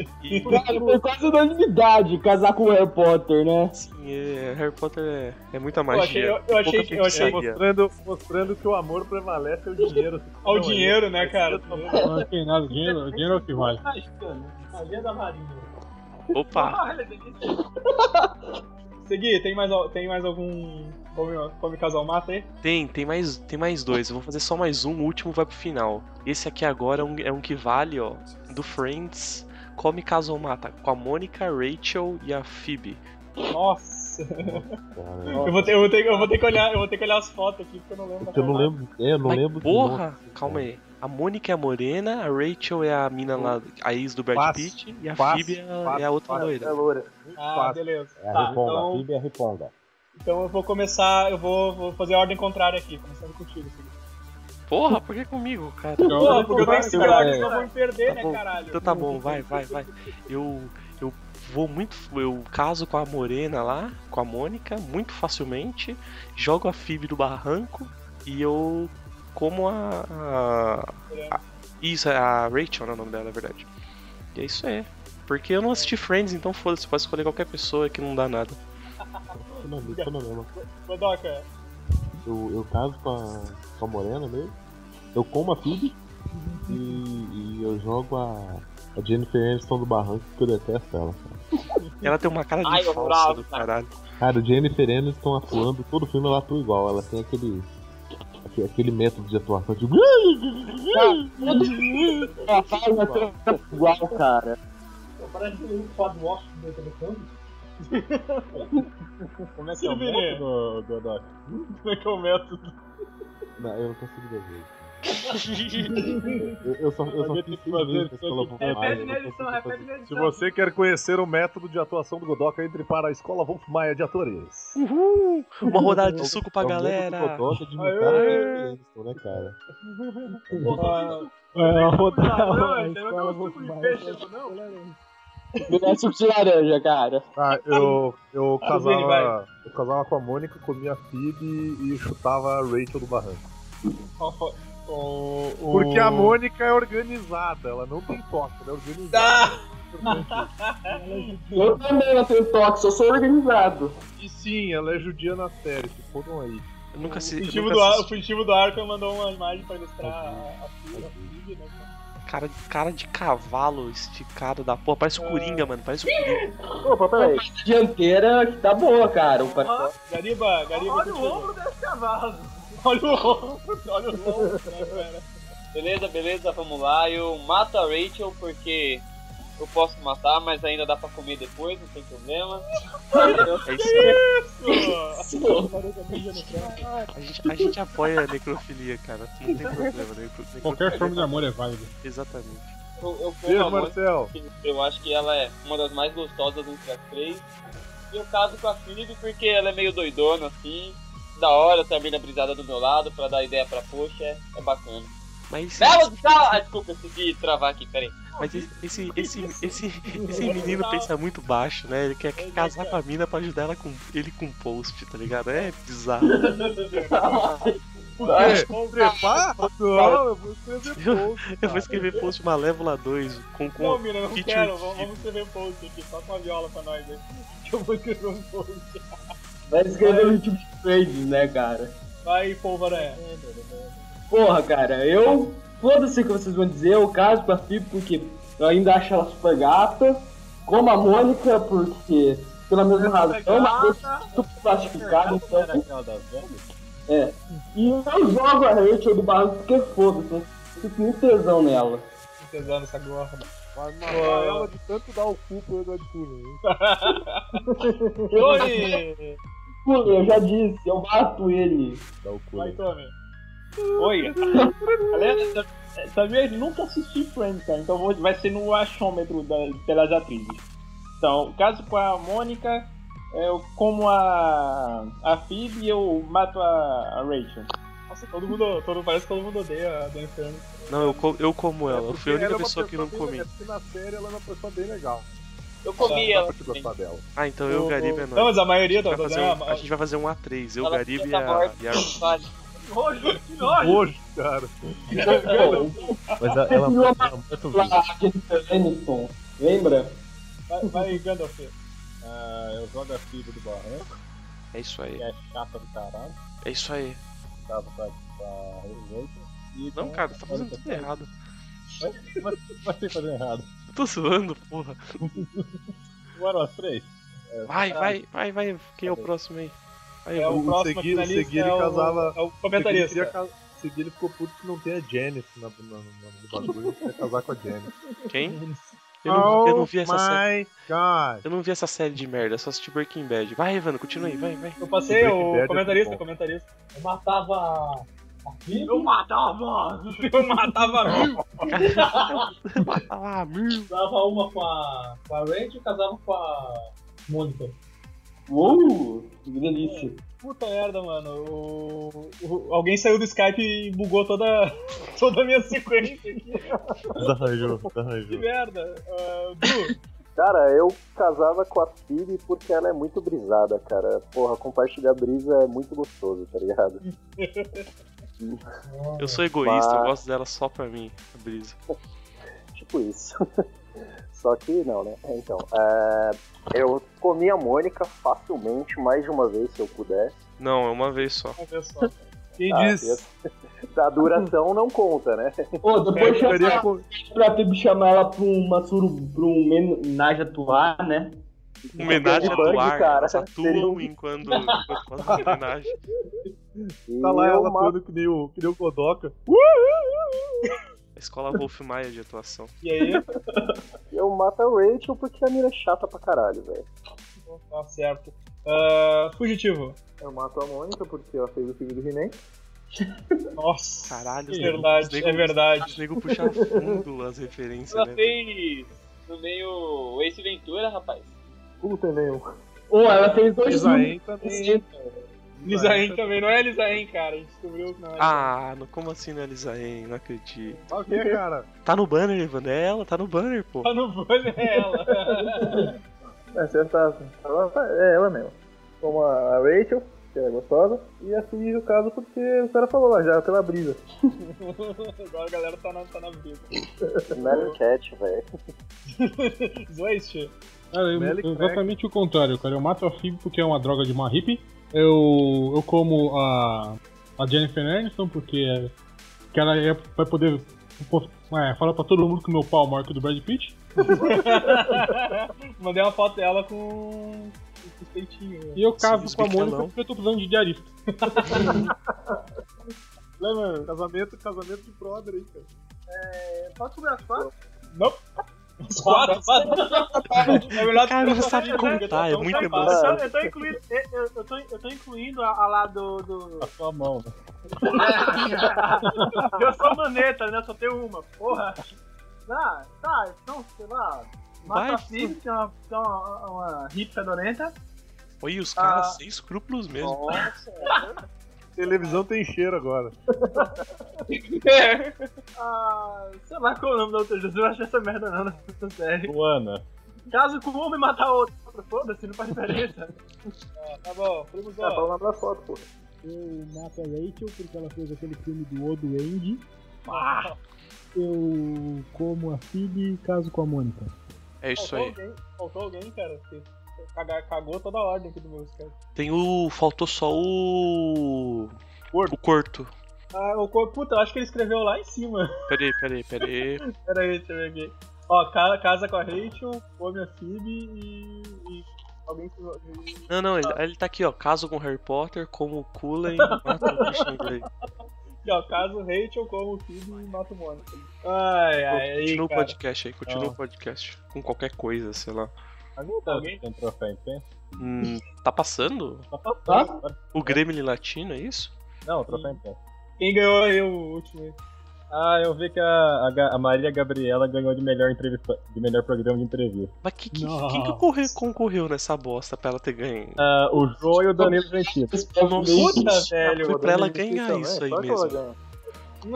Cara, foi quase unanimidade casar com o Harry Potter, né?
Sim, é, Harry Potter é, é muita
Eu achei-
magia.
eu- eu achei-
pouca
eu achei-
feitiçaria.
Mostrando, mostrando que o amor prevalece
<laughs>
ao dinheiro.
Ao
Não,
dinheiro,
ele- é
né, cara?
Não tem nada, dinheiro, dinheiro é o que vale.
Magia da Marinha.
Opa!
Segui, tem mais, al- tem mais algum. Come, come casal mata aí?
Tem, tem mais, tem mais dois. Eu vou fazer só mais um, o último vai pro final. Esse aqui agora é um, é um que vale, ó, do Friends. Come Caso ou Mata, com a Mônica, Rachel e a Phoebe.
Nossa!
Cara,
Eu vou, ter, eu, vou ter, eu vou ter que olhar, eu vou ter que olhar as fotos aqui porque eu não lembro. da
eu não
cara.
lembro. É, eu não
Mas,
lembro. de
Porra!
nome.
Calma aí. A Mônica é a morena, a Rachel é a mina lá, a ex do Brad
Fácil,
Pitt, e a
fácil,
Phoebe é, a-
fácil,
é a outra
fácil.
loira.
Ah, beleza.
É a
Tá,
riponga, a
então,
Phoebe é a riponga.
então eu vou começar, eu vou, vou fazer a ordem contrária aqui, começando contigo, Segui.
Porra, por que comigo, cara?
Pô, porque eu tenho que esperar,
É.
eles não vão me perder, né,
Bom,
caralho?
Então tá bom, vai, vai, vai. Eu, eu vou muito. Eu caso com a Morena lá, com a Mônica, muito facilmente. Jogo a Phoebe do barranco e eu como a. a, a- Isso, é a Rachel, não é o nome dela, é verdade. E é isso aí. Porque eu não assisti Friends, então foda-se, pode escolher qualquer pessoa que não dá nada.
Godoka,
Eu, eu caso com a, com a Morena mesmo. Eu como a Phoebe e, e eu jogo a, a Jennifer Aniston do barranco porque eu detesto ela. Cara,
Ela tem uma cara de
Ai, eu
falsa
bravo,
do caralho.
cara a Jennifer Aniston atuando, todo filme ela atua igual. Ela tem aquele, aquele, aquele método de atuação tipo, "Ah!" de.
Ela faz uma coisa igual, cara.
Parece um foda Washington do telefone.
Como
é que é o método, Godoc?
Como é que é o método?
Não, eu não consigo desenhar.
<laughs>
Eu, eu só, eu só
Vai
fiz
ter que
seis
fazer
vezes
isso
pela
aqui.
vontade.
Se você quer conhecer o método de atuação do Godoka, entre para a Escola Wolf Maia de Atores.
Uhul! Uma rodada de suco
um
pra
É o mesmo
galera.
Godoka de imitar a
Aê!
Jennifer Aniston, né, cara?
É, a rodada.
Laranja,
a
era
escola
meu suco de
Volkswagen.
peixe, não?
Merece suco de laranja, cara.
Ah, eu, eu,
Ah, Vini, vai.
casava, eu casava com a Mônica, comia a Phoebe e chutava a Rachel do
<laughs>
barranco. Porque a Mônica é organizada, ela não tem toque, ela é
<laughs>
organizada.
Eu também não tenho toque, só sou organizado.
E sim, ela é judia na série, se fodam aí.
Eu nunca
O
assisti.
fugitivo, do Ar, o fugitivo do Arkham mandou uma imagem pra ilustrar a, a filha, a filha, né?
Cara, cara de cavalo esticado da porra.
Ah.
Parece o Coringa, mano. Parece o Coringa.
Opa, peraí. Dianteira que tá boa, cara. O pastel.
Gariba, Gariba. Olha o ombro desse cavalo. Olha o ombro, olha o ombro, né, cara?
Beleza, beleza, vamos lá. Eu mato a Rachel porque eu posso matar, mas ainda dá pra comer depois, não tem problema.
É isso aí.
Isso!
A gente, a gente apoia a necrofilia, cara. Assim, Não tem problema. Necro,
Qualquer forma de
necrofilia-
amor é válida.
Exatamente.
Eu, eu como
Beijo,
a Mônica,
Marcel.
Eu acho que ela é uma das mais gostosas entre as três. E eu caso com a Phoebe porque ela é meio doidona assim. Da hora, tem a mina brisada do meu lado pra dar ideia pra poxa, é, é bacana.
Mas.
Bela do Sal! Ah, desculpa, eu consegui travar aqui, peraí.
Mas esse, esse, esse, esse, esse menino pensa muito baixo, né? Ele quer casar com a mina pra ajudar ela com, ele com post, tá ligado? É bizarro.
Não, eu vou escrever
Eu,
post.
eu vou escrever post Malévola 2 com, com
Não, Mira, eu não
feature-
quero. Vamos, vamos escrever um post aqui, só com a viola pra nós aí. Que eu vou escrever um post.
Vai escrever um tipo de trade, né, cara?
Vai, polvaré.
Porra, cara, eu. Foda-se o que vocês vão dizer, eu caso com a Phoebe porque eu ainda acho ela super gata. Como a Mônica, porque pela mesma
é
razão, mas eu sou plastificado, então. É. E eu jogo a Rachel do barranco porque foda-se, eu fico muito tesão nela.
Pesando essa gorda.
Vai matar ela de tanto dar o cu pro Edward Cullen.
<laughs> Oi!
Pô, eu já disse, eu mato ele.
né?
Vai, Tommy. Oi. Galera, sa- sabia que nunca assisti Friends, cara. Então vou- vai ser no achômetro da, pelas atrizes. Então, caso com a Mônica, é, eu como a, a Phoebe, eu mato a, a Rachel. Nossa, todo mundo, todo, parece que todo mundo odeia a Jennifer Aniston.
Não, eu, co- eu como ela. Eu fui a
Ela é
única
uma
pessoa que não
bem legal,
comi.
Porque na série ela é uma pessoa bem legal.
Eu comi ela.
Dá pra te gostar dela.
Ah, então eu,
O-
Gariba é
o-
nóis.
Não, mas a maioria
a gente,
tá-
vai fazer
tá-
um, a gente vai fazer um A3. Eu,
Ela
Gariba e
fica
a,
morta.
e a...
Vale.
Nojo, que
<laughs>
Nojo, cara.
Mas ela- ela
Esse
mata muito vídeo.
Jennifer Aniston, lembra?
Vai, vai Gandalf. Ah, eu jogo a Phoebe do barranco,
É isso aí.
que é chata do caralho.
É isso aí.
Dava pra, pra Rachel. E
Não,
com-
cara, você tá fazendo tudo errado.
Mas mas tem que fazer errado.
Eu tô zoando, porra.
Bora lá, três. É,
Vai,
tá.
vai, vai, vai. Quem é o próximo aí? Aí,
É o
vamos.
próximo
Segui,
finalista
segui ele
é o-
casava.
é o comentarista.
Segui, ele ia ca- segui ele ficou puto que não tem a Janice na, na, na- no bagulho. Quer casar com a Janice.
Quem? Eu não, eu não vi essa
Oh
série.
my god.
Eu não vi essa série de merda, só assisti Breaking Bad. Vai, Evandro, continua aí, vai, vai.
Eu passei
Breaking Bad
o
é
comentarista,
bom.
o comentarista. Eu matava. Eu matava! <laughs> Eu matava mil!
Ah, mil.
Dava uma com a, com a Rachel e casava com a Mônica.
Uou, que delícia.
Puta merda, mano. O- o- alguém saiu do Skype e bugou toda, <laughs> toda a minha sequência aqui.
Desarranjou,
Que
desarranjou.
merda! Ah, Du,
Cara, eu casava com a Phoebe porque ela é muito brisada, cara. Porra, compartilhar brisa é muito gostoso, tá ligado?
Eu sou egoísta, eu gosto dela só pra mim, a Brisa.
tipo isso. <laughs> Só que não, né? Então, é, eu comi a Mônica facilmente mais de uma vez, se eu puder.
Não, é uma vez só.
Quem
Tá,
disse? <laughs> Da duração não conta, né?
Pô,
é
depois chama- pra Pib chamar ela pra uma suru, pra um homenagem atuar, né?
Homenagem
Bug,
ao ar,
cara,
elas
seria
atuam
um-
enquanto, enquanto fazem homenagem.
Tá lá
E
ela
eu
atuando que nem o, que nem o Godoka.
A escola Wolf Maia de atuação.
E aí?
Eu mato a Rachel porque a mina é chata pra caralho, velho.
Tá certo. Ah, fugitivo.
Eu mato a Mônica porque ela fez o filho do
<laughs>
He-Man.
Nossa.
Caralho,
é
os
verdade,
nego-
é verdade.
Os nego puxar fundo as referências,
Ela
né?
fez no meio Ace Ventura, rapaz.
Puta nenhum.
Pô, ela fez dois
Lisaen
filmes.
também. Lisaen também, não é Lisaen, cara. A gente descobriu que não é.
Ah, não- como assim não é Lisaen? Não acredito.
Tá o quê, cara?
Tá no banner, Ivan. É ela, tá no banner, pô.
Tá no banner, é ela. <laughs>
É, você tá, ela, é ela mesmo. Como a Rachel, que é gostosa, e a Cid, no caso, porque o cara falou lá já, pela brisa.
Agora a galera tá na, tá na briga.
<laughs>
Mary Cat, velho.
Zoist.
Cara, eu-
Melic
eu-
Crack.
exatamente o contrário, cara. Eu mato a Phoebe porque é uma droga de uma hippie. Eu, eu como a, a Jennifer Aniston porque é- que ela é- vai poder pô, é, falar pra todo mundo que o meu pau é maior que o do Brad Pitt.
Mandei uma foto dela com um, com os peitinhos.
E eu caso
Sim,
com a
os
Mônica
peitinhos.
porque eu tô precisando
<laughs>
de diarista. <laughs>
Né,
Lembra? Casamento, casamento de brother aí, cara. É. Posso conversar?
Não. Os quatro, <laughs> É melhor
Cara,
tu-
não sabe contar, é
Então,
muita
sabe,
emoção.
Eu tô incluindo, eu, eu tô, eu tô incluindo a, a lá do. do...
A sua
<laughs>
mão.
eu sou maneta, né? Só tenho uma, porra.
Ah, tá, então, sei lá.
Vai,
Mata a Phoebe, que é uma, que é uma, uma hippie fedorenta.
Olha,
Tá.
os caras
Ah.
sem escrúpulos mesmo.
Televisão tem cheiro agora.
Ah, sei lá qual é o nome da outra Jesus, eu acho essa merda não nessa série.
Luana.
Caso com um homem matar o outro, foda-se, não faz diferença.
Tá bom, primo
Tá falando da foto, pô.
Eu mato a Rachel porque ela fez aquele filme do Odo Andy.
Ah,
Eu como a Phoebe e caso com a Mônica.
É isso
faltou
aí.
Alguém, faltou alguém, cara. que caga- Cagou toda a ordem aqui do meu cara.
Tem o. Faltou só o. O corto.
Ah, o co- puta, eu acho que ele escreveu lá em cima. <laughs>
Peraí, peraí, peraí.
Pera aí, deixa eu ver aqui. Ó, ca- casa com a Rachel, come a Phoebe e. e alguém que.
Não, não, ele, ele tá aqui, ó. Caso com Harry Potter, como o
<laughs>
Cullen, mata o Christian Grey.
Aqui, ó, caso Rachel, como Phoebe e mata o Mônica. Ai, ai, É, aí,
Continua o
cara.
podcast aí, continua
Não.
o podcast. Com qualquer coisa, sei lá.
Alguém?
Tem troféu em pé?
Hum, tá passando?
Tá passando.
O Gremlin Latino, é isso?
Não, troféu em pé.
Quem ganhou aí o último aí?
Ah, eu vi que a, a Ga- a Maria Gabriela ganhou de melhor, entrevista, de melhor programa de entrevista.
Mas que, que, quem que ocorre- concorreu nessa bosta pra ela ter ganho?
É,
Ah, o João e o Danilo Gentili.
Puta,
velho,
Foi pra ela
Danilo
ganhar
Gentili
é isso aí
também, só que ela
mesmo.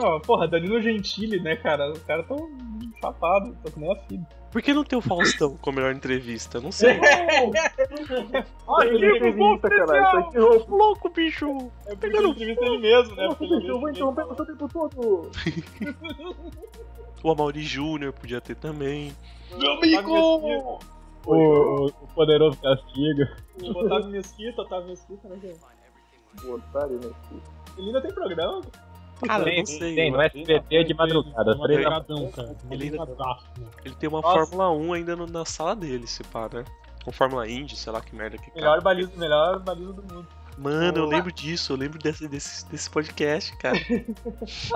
Não, porra, Danilo Gentili, né, cara? Os caras tão chapados, tô com nem a Phoebe.
Por que não tem o Faustão com a melhor entrevista? Não sei.
Olha,
Ele
ele
fez
pegou
isso,
o
caralho, isso
especial.
aqui roubou.
Louco, bicho!
É porque ele entrevista ele mesmo, né?
Nossa,
Porque ele
bicho, eu vou interromper você o tempo todo.
O Amaury Júnior podia ter também.
Meu amigo!
O, o- o poderoso castigo.
O Otávio Mesquita, Otávio Mesquita, né, cara?
O otário, né?
Ele ainda tem programa?
Cara, eu
Tem,
não sei.
tem, no
mano.
SBT de madrugada, três da
Madrugadão,
cara.
Ele ainda-
Madrugadaço.
Ele tem uma
Nossa.
Fórmula 1 ainda no- na sala dele, se pá, né? Com Fórmula Indy, sei lá que merda que
Melhor baliza, melhor baliza do mundo.
Mano, eu lembro disso, eu lembro desse, desse, desse podcast, cara.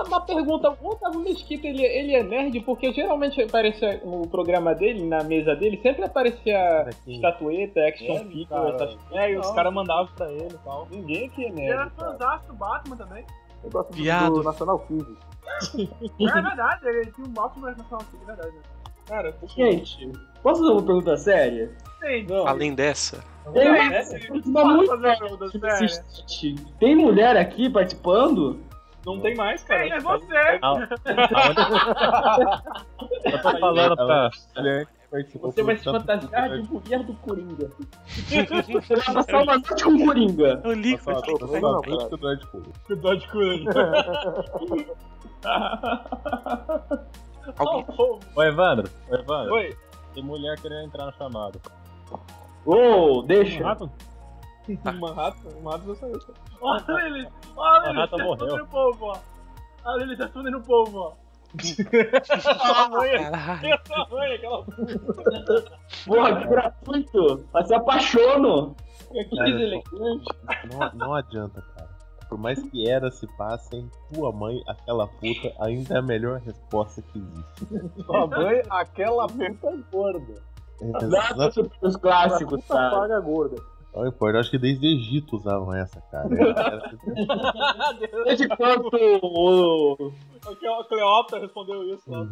Uma pergunta, o Otávio Mesquita, ele, ele é nerd? Porque geralmente aparecia o programa dele, na mesa dele, sempre aparecia estatueta, action figure, essas coisas.
É, e os
Não.
caras mandavam pra ele e tal.
Ninguém aqui é
E era
nerd. cara.
fãzaço do Batman também.
Eu gosto
Viado.
do, do National Kids.
É verdade, ele tinha um mal com o Nacional Filho, é verdade. né?
Cara,
Gente, posso fazer uma pergunta séria?
Sim,
Além dessa,
Tem uma
É, sim.
Tá muito
Posso fazer uma pergunta séria?
assistente. Tem mulher aqui participando?
Não tem mais, cara.
Tá
Tá,
Quem é você?
Eu tô falando pra. tá?
participou.
Você vai se fantasiar de mulher do Coringa.
Você vai passar uma noite com o Coringa.
Eu li, foi
Passou toda a noite com o Deadpool.
Com o Dodge Coringa.
Alguém-
Ô Evandro, ô Evandro.
Oi.
Tem mulher querendo entrar na chamada.
Ô, deixa.
Manhattan?
Manhattan? Manhattan já saiu. Olha ele! Olha ele!
Manhattan
Tá
morreu.
tudo no povo, ó. Olha ele, tá tudo no povo, ó. Aquela mãe, aquela mãe, aquela
Porra, que gratuito. Mas se apaixono.
É Que
Cara,
deselegante.
Não, não adianta, cara. Por mais que era se passem, tua mãe, aquela puta, ainda é a melhor resposta que existe.
Sua mãe, aquela puta gorda.
É,
Nada
exato.
sobre os clássicos,
Puta
cara.
paga gorda.
Não importa, eu acho que desde o Egito usavam essa, cara. Era- assim.
Desde quando o.
O Cleópatra respondeu isso né? lá.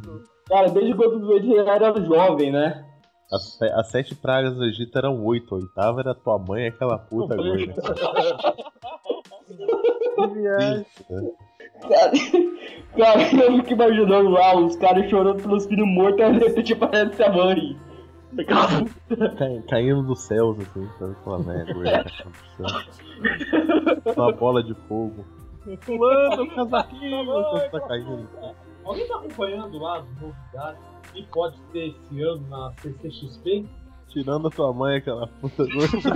Cara, desde quando o Duende era jovem, né?
As, se- as sete pragas do Egito eram oito, a oitava era tua mãe, aquela puta gorda.
Que viagem.
né?
Cara, cara, <laughs> eu fico imaginando lá os caras chorando pelos filhos mortos e de repente aparece a mãe.
Cai- caindo dos céus, assim, sabe? Aquela velha gorda. que tá acontecendo. Uma bola de fogo.
Pulando o casaquinho.
Você tá caindo.
Alguém tá acompanhando lá as novidades? E pode ter esse ano na CCXP?
Tirando a tua mãe, aquela puta <laughs> gorda.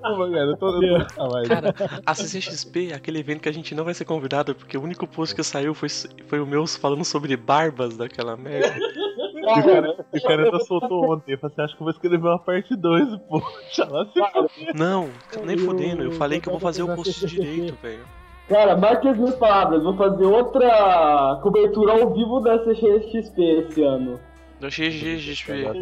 Pô, cara, eu tô... Eu tô... Ah, vai.
Cara, a CCXP é aquele evento que a gente não vai ser convidado, porque o único post que saiu foi, foi o meu falando sobre barbas daquela merda.
E o cara, e o cara ainda soltou ontem. Você acha que eu vou escrever uma parte 2, pô? <laughs> Deixa lá se fuder.
Não, nem fodendo, eu
eu
falei que eu vou fazer o post
CCXP.
direito, velho.
Cara, marque as minhas palavras, vou fazer outra cobertura ao vivo da CCXP esse ano.
Do GGXP.
Ah,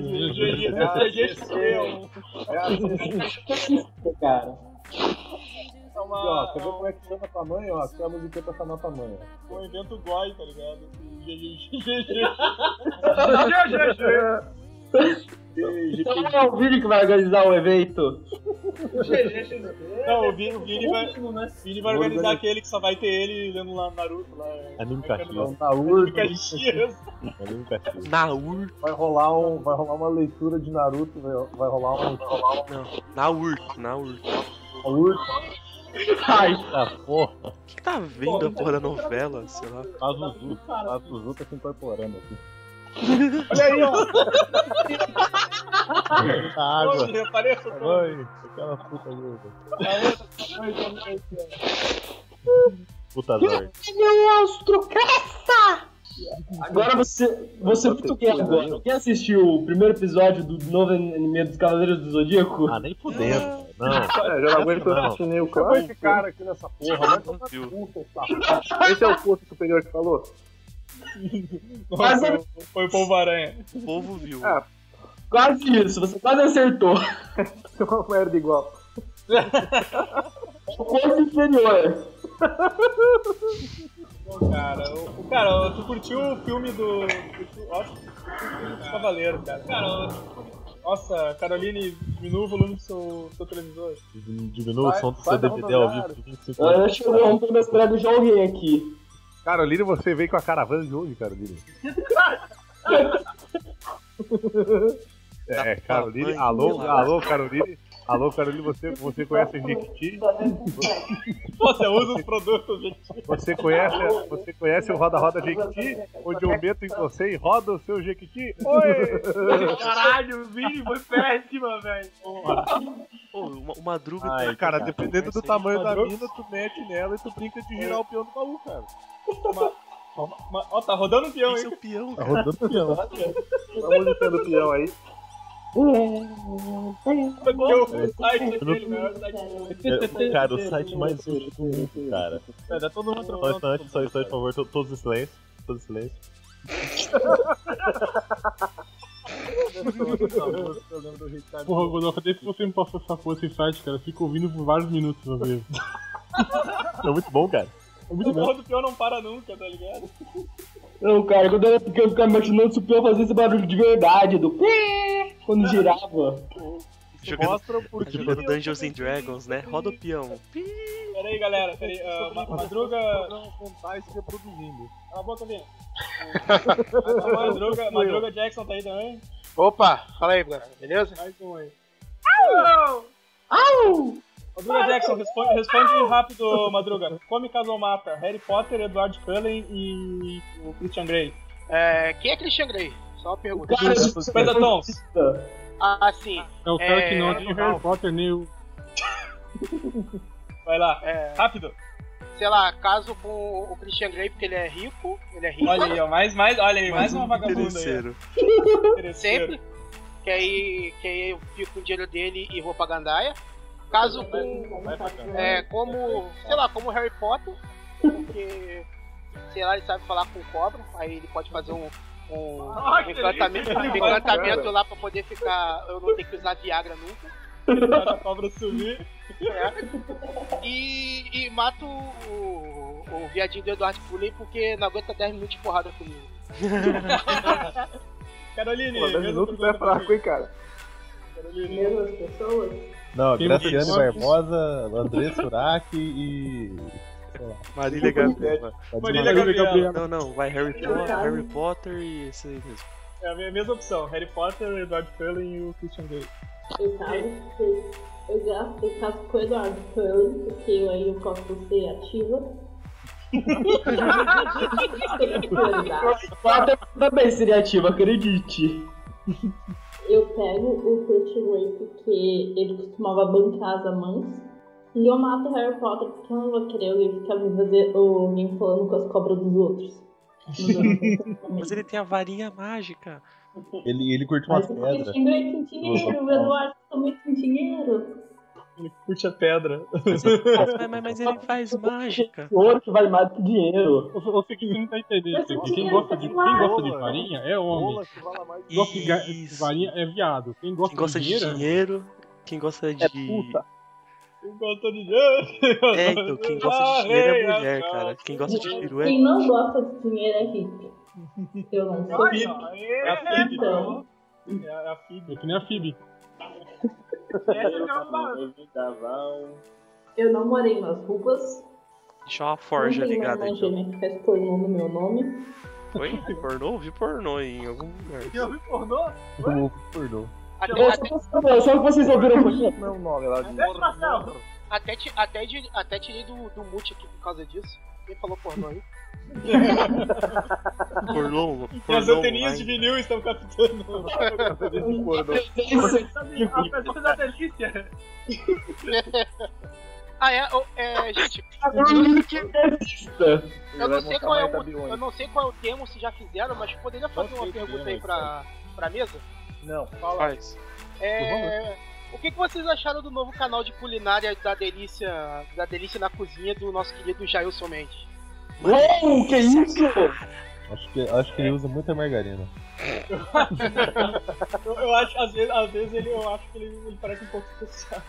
Cara,
É
Ó, você vê
uma.
como é que chama tua mãe, ó? Tinha a musiquinha pra chamar tua mãe, ó.
é Um evento goi, tá ligado?
então é o Vini que vai organizar o evento.
Não, o Vini, o Vini vai, o Vini vai organizar
Organiza-
aquele que só vai ter ele lendo lá no Naruto. Lá,
Anime
Caxias.
Caxias.
Naur,
Caxias.
Anime Caxias.
Naur.
Vai rolar, um, vai rolar uma leitura de Naruto, vai, vai rolar um.
Não, na URC, na URC.
Naur.
Ai,
tá porra.
O que, que tá vendo a porra da novela? Sei lá.
A Zuzu, a Zuzu tá se incorporando aqui.
Olha aí, ó.
A água.
Oi, apareça,
Oi, aquela puta gorda. Puta dói.
Meu monstro, caça! Agora você. Você é
Eu tenho
muito quer
que
agora? Quer assistir o primeiro episódio do novo anime dos Cavaleiros do Zodíaco?
Ah, nem fudendo. Não.
É, já não aguento eu assinei o
Claro.
cara. esse cara aqui nessa porra, vai tomar puta, essa Esse é o curso superior que falou?
Quase,
Foi o povo aranha.
O povo viu.
Ah,
quase isso, você quase acertou.
é <laughs> uma merda igual.
O <laughs> corpo inferior.
Pô, cara, o, cara, tu curtiu o filme do. curtiu- Acho que curtiu o filme do Cavaleiro, cara. Cara, eu- nossa, Caroline, diminua o volume do seu, do seu televisor.
Diminua o som do seu
Vai- vai
DVD ao
rodar.
vivo de 25
Eu
anos.
acho que eu rompi minhas pragas de alguém aqui.
Caroline, você veio com a caravana de onde, <laughs> Caroline? É, Caroline, alô, alô, Caroline. Alô, Caroline, você, você conhece a Jequiti?
Você usa os produtos, gente.
Você conhece, você conhece o Roda Roda Jequiti? Onde eu meto em você e roda o seu Jequiti? Oi!
Caralho, o Vini foi péssima, velho. Porra.
Pô, o, Ma- o Madruga.
Ai,
tem-
cara, dependendo do
Esse aí,
tamanho da
Madruga.
mina, tu mete nela e tu brinca de girar o peão do baú, cara.
Ma- ma- Ó, tá rodando o peão,
Esse é
hein?
o peão.
Tá rodando o peão.
Tá musicando o peão aí. É,
Porque o site dele, né? O site dele.
É, Cara, o site mais útil do mundo, cara.
Cara, todo mundo
Só um
trocando.
instante, só um instante, por favor, to- todos em silêncio. Todos em silêncio.
Eu lembro do Ricardo.
Porra, Godolfo, desde que você me passou essa porra, esse site, cara, eu fico ouvindo por vários minutos às vezes.
<laughs> É muito bom, cara.
É muito
O
bom.
porra do peão não para nunca, tá ligado?
Não, cara, quando eu era pequeno, eu ficava imaginando se o peão fazia esse barulho de verdade, do pé, quando girava.
Jogando,
Mostra o porquê.
jogando Dungeons and Dragons, né? Roda o peão.
Peraí, galera. Peraí. ah, Ma- Madruga.
Não contar isso reproduzindo.
Cala a boca, Lino. Ah, Madruga, Madruga Jackson tá aí também?
Opa, fala aí, galera, beleza?
Mais um aí.
Au!
Au! Madruga Jackson, responde, responde rápido, Madruga. Come, casa ou mata? Harry Potter, Edward Cullen e o Christian Grey.
É, quem é Christian Grey? Só uma pergunta.
Cara, os Pentatons.
Ah, sim.
É o cara que não é nem o Harry Potter, nem o.
Vai lá, rápido.
Sei lá, caso com o Christian Grey, porque ele é rico, ele é rico.
Olha aí, ó, mais, mais, olha aí, mais, uma vagabunda aí.
interesseiro.
Sempre. Que aí, que aí eu fico com o dinheiro dele e vou pra Gandaia. Caso com. É, como. Sei lá, como Harry Potter. Porque. Sei lá, ele sabe falar com cobra. Aí ele pode fazer um. Um,
Ah,
um encantamento,
que delícia.
um encantamento lá pra poder ficar. Eu não ter que usar Viagra nunca.
A cobra sumir.
É. E, e mato o, o viadinho do Eduardo Pulei porque não aguenta 10 minutos de porrada comigo.
Caroline,
Pô, 10 minutos é fraco, hein, cara.
Caroline.
pessoas.
Não,
Tem
Graciane
muitos.
Barbosa, André Surak e. sei lá.
Marília Gabriela.
Marília
Gabriela.
Não, não, vai Harry Potter, Harry Potter e esse aí mesmo.
É a minha mesma opção, Harry Potter, Edward Cullen e o Christian Grey.
Eu caso, que- eu já eu caso com o Eduardo Curling, porque eu aí eu posso ser ativa.
Quarta também seria ativa, acredite.
<laughs> Eu pego o Christian Grey porque ele costumava bancar as amantes. E eu mato o Harry Potter porque eu não vou querer alguém ficar me, fazer, ou me falando com as cobras dos outros.
Mas ele tem a varinha mágica.
Ele, ele curte umas
O
pedras.
Christian Grey tem dinheiro, o Eduardo também tem dinheiro.
Ele curte a pedra.
Mas, mas- mas ele faz mágica.
Ouro que vale mais do que dinheiro.
Eu sei que você não tá entendendo isso aqui. Quem gosta de, quem gosta de farinha é homem. Quem gosta de ga- de farinha é viado. Quem gosta,
Quem gosta de
é
dinheiro,
dinheiro, quem gosta de.
Quem gosta de dinheiro.
É, então, quem gosta de dinheiro é mulher, cara. Quem gosta de peru é.
Quem não gosta de dinheiro é hippie. Eu não sou
Olha, É a Phoebe,
Então.
É a- é a Phoebe. é
É que nem a
<laughs>
Phoebe.
Eu não morei nas ruas.
Deixa uma forja
não tenho
ligada então.
uma
aí.
irmã gêmea que faz pornô no meu nome.
Oi? Pornô? Vi pornô em algum lugar.
Eu vi pornô?
Como pornô.
Só só que vocês ouviram o
Não, nome lá de.
Até te, até, de- até tirei do, do mute aqui por causa disso. Quem falou pornô aí?
Pornô,
E as
pornô
anteninhas de
online.
vinil estão captando. <laughs> Sabe, A presença da delícia.
<laughs> ah, é, ô, é gente. Eu não, sei qual é o, eu não sei qual é o termo, se já fizeram, mas poderia fazer uma pergunta aí pra, pra mesa?
Não.
Faz.
É, o que, que vocês acharam do novo canal de culinária da Delícia, da Delícia na Cozinha do nosso querido Jailson Mendes?
Uou, que isso?
Acho que, acho que ele usa muita margarina.
Eu, eu acho, às vezes, às vezes ele, eu acho que ele, ele parece um pouco especial.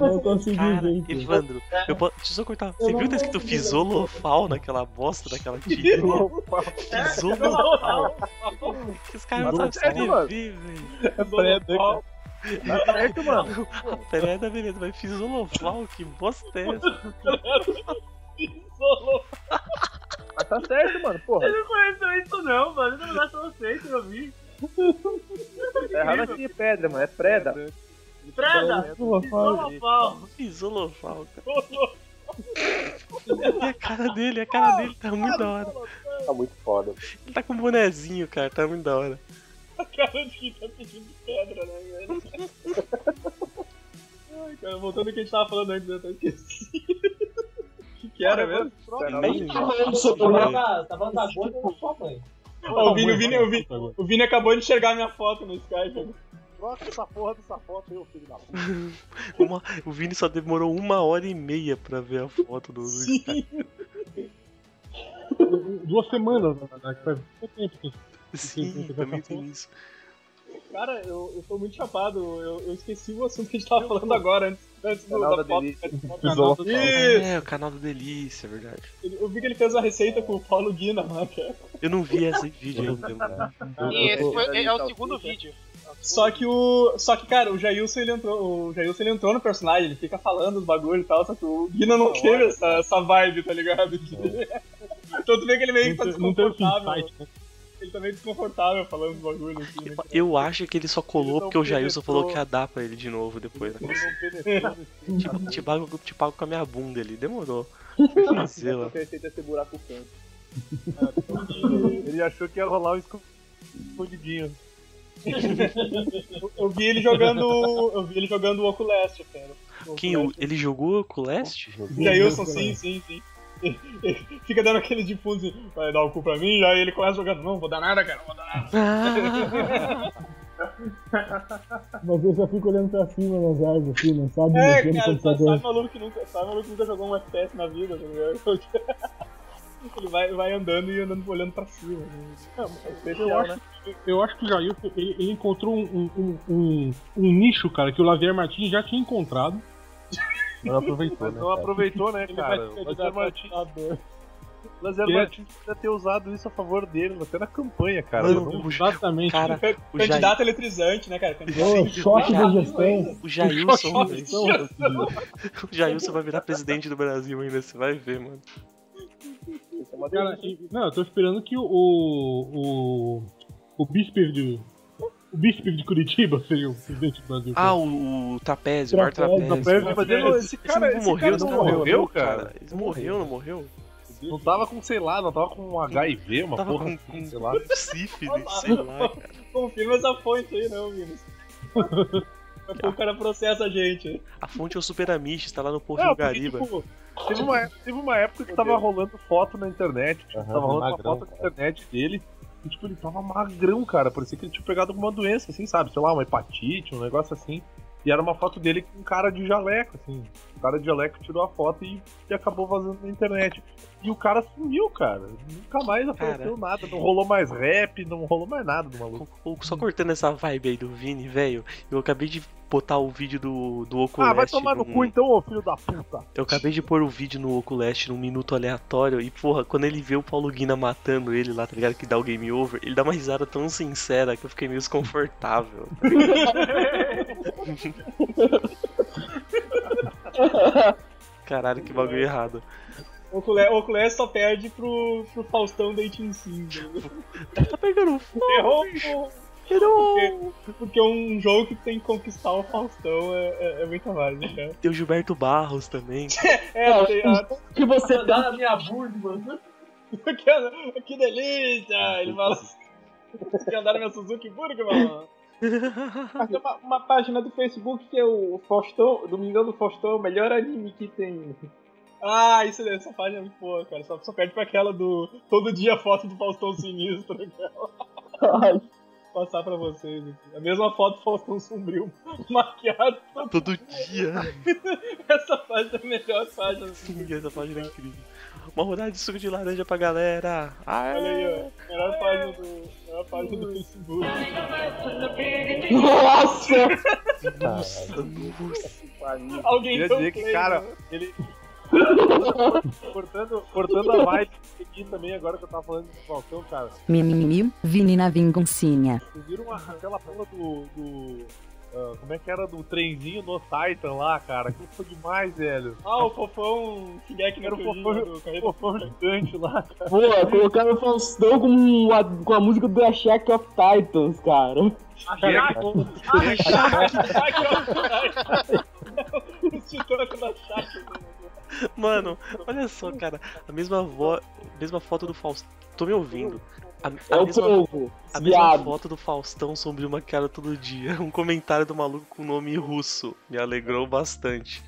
Não consegui
<laughs>
ver. então.
Evandro, eu posso. Deixa eu só cortar. Você viu que tá escrito Fisolofal naquela bosta daquela tia?
<laughs>
Fisolofal. Os caras não sabem escrever,
É
né,
velho.
Tá certo, mano.
A preda, Tá, beleza, mas Fisolofal, que bosta é essa?
Mas tá certo, mano, porra.
É,
Ele não conheceu isso não, mano. Ele não dá pra vocês, eu vi.
Tá errado aqui, é pedra, mano. É preda.
Preda!
um
<laughs> Isolofal.
Fisolofal, cara. <laughs> E a cara dele, a cara dele tá muito da hora.
Tá muito foda.
Ele tá com um bonezinho, cara, tá muito da hora.
A cara de quem tá pedindo pedra, né, velho? Ai, cara, voltando ao que a gente tava falando antes, eu até esqueci. <laughs> O que, que era mesmo?
Nem
Tá falando da gorda da sua mãe.
Ó, o, Vini, o, Vini, o, Vini, o Vini acabou de enxergar minha foto no Skype. né?
Troca essa porra dessa foto aí, ô filho da puta.
Uma- o Vini só demorou uma hora e meia pra ver a foto do Luiz.
Duas semanas,
né,
na verdade. Faz muito tempo que
Sim, tá também tem isso.
Cara, eu, eu tô muito chapado, eu, eu esqueci o assunto que a gente tava falando agora, antes, antes do,
Canal
da
da
foto.
Delícia.
Canal da- Isso!
É, o canal do Delícia, é verdade.
Ele- Eu vi que ele fez uma receita com o Paulo Guina lá, cara.
<laughs> Eu não vi esse vídeo ainda, mano.
E esse foi, é, é o segundo vídeo.
Só que o. Só que, cara, o Jailson ele entrou. O Jailson ele entrou no personagem, ele fica falando os bagulhos e tal, só que o Guina não teve
é.
essa, essa vibe, tá ligado? <laughs> então tu vê que ele meio que tá
Não teve
desconfortável.
insight, né?
Ele tá meio desconfortável falando os bagulhos. Assim, né?
Eu acho que ele só colou porque o Jailson
penetrou.
falou que ia dar pra ele de novo depois. Né? Te- te, pago, te pago com a minha bunda ali, <laughs> demorou. Fui fazer lá.
Perfeito esse buraco canto.
É.
<laughs>
Ele achou que ia rolar um esco- escondidinho.
Eu- Eu vi ele jogando. Eu vi ele jogando o Oculeste, cara.
Quem? o- Ele jogou com o Leste?
Jailson, sim, sim, sim. <laughs> Fica dando aquele de fundo assim, vai dar o cu pra mim, aí ele começa jogando, não, vou dar nada, cara, vou dar
Ah,
nada.
Mas eu só fico olhando pra cima nas árvores, assim, não sabe?
é,
mexer no
cara, sabe,
computador.
sabe maluco que nunca, sabe maluco que nunca jogou um FPS na vida, tá ligado? <laughs> Ele vai, vai andando e andando olhando pra cima. né? É especial,
Eu acho,
né?
eu acho que o Jair ele, ele encontrou um, um- um- um nicho, cara, que o Lavier Martins já tinha encontrado.
Não aproveitou, né?
Não aproveitou, né, cara?
vai se
O Lazer
candidatar
Martins. Lazer
Que?
Martins podia ter usado isso a favor dele, até na campanha, cara.
Mano,
Não-
Exatamente.
<laughs> <laughs> Cara, o Jair-
Candidato eletrizante, né, cara? Candidato
Sim, o Jair-
gestão.
O Jailson. é
O choque de gestão.
O Jailson vai virar presidente do Brasil ainda, você vai ver, mano.
Cara, e- não, eu tô esperando que o. O, o Bispe de. O Bispe de Curitiba <laughs> seja o presidente do Brasil.
Ah, o, o Trapézio, o maior Trapézio.
Trapézio,
Nossa,
mas
velho,
ele-
esse cara-
não
esse
morreu,
cara
esse
não
cara
morreu, cara?
Ele morreu, não morreu?
Não tava com, sei lá, não tava com um HIV, uma
Tava
porra,
com-
assim, sei lá.
Sífilis, é sei lá. cara.
Confirma essa fonte aí, não, Minas.
<laughs>
Daqui a pouco O cara processa a gente.
A fonte é o Super Amish, tá lá no Porto
Não,
do
porque,
Gariba.
tipo, teve, uma, teve uma época que tava rolando foto na internet, tipo,
Aham,
tava rolando
magrão,
uma foto na internet dele, e tipo, ele tava magrão, cara, parecia que ele tinha pegado alguma doença, assim, sabe, sei lá, uma hepatite, um negócio assim, e era uma foto dele com um cara de jaleco, assim, o cara de jaleco tirou a foto e, e acabou vazando na internet. E o cara sumiu, cara, nunca mais apareceu nada, não rolou mais rap, não rolou mais nada do maluco.
Ô, Só cortando essa vibe aí do Vini, velho, eu acabei de botar o vídeo do, do Oculus.
Ah, vai tomar no cu então, ô filho da puta.
Eu acabei de pôr o vídeo no Oculest num minuto aleatório e, porra, quando ele vê o Paulo Guina matando ele lá, tá ligado? Que dá o game over, ele dá uma risada tão sincera que eu fiquei meio desconfortável. Caralho, que bagulho errado.
O Culé, o Culé só perde pro, pro Faustão Dating Sim. né?
tá pegando fogo.
Errou, pô.
Errou.
Porque, porque um jogo que tem que conquistar o Faustão é, é, é muito válido, cara.
Tem o Gilberto Barros também.
É,
Não,
tem a-
que você tá, dá na minha bunda, mano.
que, <laughs> que delícia! Ele fala assim. Quer andar na minha Suzuki Burg, mano?
Mas tem uma, uma página do Facebook que é o Faustão, Domingão do
é
Faustão, o melhor anime que tem.
Ah, isso, essa página é muito boa, cara. Só, só perde pra aquela do. Todo dia a foto do Faustão Sinistro, <laughs> cara. Vou Passar pra vocês aqui. A mesma foto do Faustão Sombrio, <laughs> maquiado.
tá Todo dia. <laughs>
essa página é a melhor página. assim.
Sim, essa página é incrível. Uma rodada de suco de laranja pra galera. Ai.
Olha aí, ó. Melhor página do, melhor página do Facebook.
Nossa!
Nossa, nossa.
Alguém
Queria
deu
dizer que,
play,
cara,
né?
ele. <laughs> cortando, cortando a vibe aqui também, agora que eu tava falando do Falcão, cara.
Mimimi, Vini na vingancinha.
Vocês viram a- aquela porra do. do ah, como é que era do trenzinho no Titan lá, cara? Aquilo foi demais, velho.
Ah, o fofão é Shigeki
Era
no
o
Kyojin,
fofão-
do Carreta Fofão
gigante lá, cara.
Boa, colocaram o Faustão com, uma- com a música do Attack of Titans, cara.
<laughs>
O titã da Shaq.
Mano, olha só, cara. A mesma, vo... mesma foto do Faustão. Tô me ouvindo. A, a
É o
mesma...
povo,
A mesma
viado.
foto do Faustão sobre uma cara todo dia. <laughs> Um comentário do maluco com nome russo. Me alegrou bastante.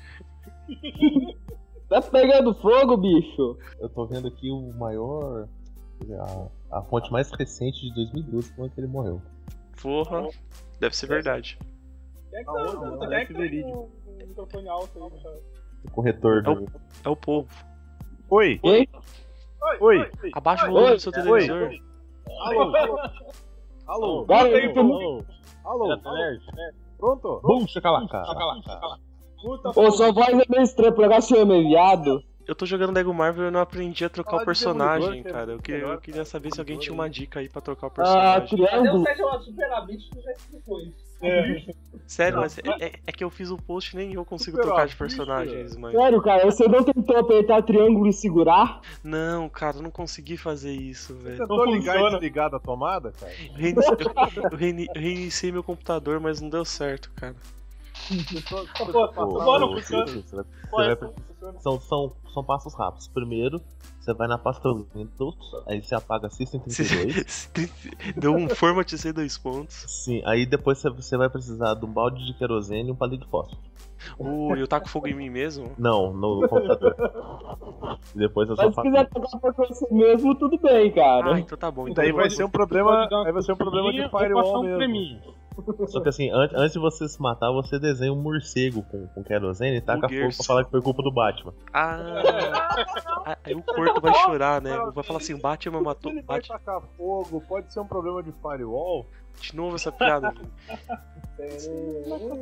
Tá pegando fogo, bicho?
Eu tô vendo aqui o maior. quer dizer, A, a fonte mais recente de 2012 quando é que ele morreu.
Porra. Deve ser verdade.
Quem é que tá
não,
quem é que tá
Federico.
com o microfone alto aí, cara?
O corretor
Então,
do.
É o povo.
Oi!
Oi?
Oi!
Abaixa o volume do seu
Oi.
televisor.
Oi. Alô! Alô!
Bora aí,
Alô!
vamos.
Alô! Alô!
Era nerd.
Pronto?
Bum, chacalaca!
Chacalaca! Puta
Ô, sua voz é meio estranha, por acaso você é meio viado?
Eu tô jogando Lego Marvel e eu não aprendi a trocar
Fala
o
de
personagem,
Demolidor, que é
cara. Eu
muito
queria, eu
melhor,
queria saber se alguém tinha uma dica aí pra trocar o
Ah,
personagem.
tá
Até
triângulo.
o Sérgio Lopes Super Amigo já explicou isso.
Sério, mas é, é- é que eu fiz o post e nem eu consigo trocar de personagens,
né?
mano.
Sério, cara, você não tentou apertar triângulo e segurar?
Não, cara, eu não consegui fazer isso, velho.
tentou ligar e desligar da tomada, cara?
Eu reinici- eu- eu reini- eu reiniciei meu computador, mas não deu certo, cara. <laughs>
Ô,
Bora,
ô,
funciona.
Cícero, você
Bora,
vai- você vai- São, são, são passos rápidos. Primeiro, você vai na pasta Windows, aí você apaga System 32.
Deu um format C dois pontos.
Sim, aí depois você- você vai precisar de um balde de querosene e um palito de fósforo.
Uh, eu taco fogo em mim mesmo?
Não, no <laughs> computador. E depois eu só
Mas se
faço.
quiser pagar pra você mesmo, tudo bem, cara.
Ah, então tá bom.
então Daí eu vai vou- ser um problema-
pode dar uma
aí vai ser um problema de
cozinha ou
firewall
passar um
mesmo.
creminho.
Só que assim, an- antes de você se matar, você desenha um morcego com, com querosene e taca fogo
Gerson.
pra falar que foi culpa do Batman.
um-
Ah, aí o corpo vai chorar, né? Vai falar assim, Batman matou.
Ele vai
Bat...
tacar fogo, pode ser um problema de firewall.
De novo essa piada. velho.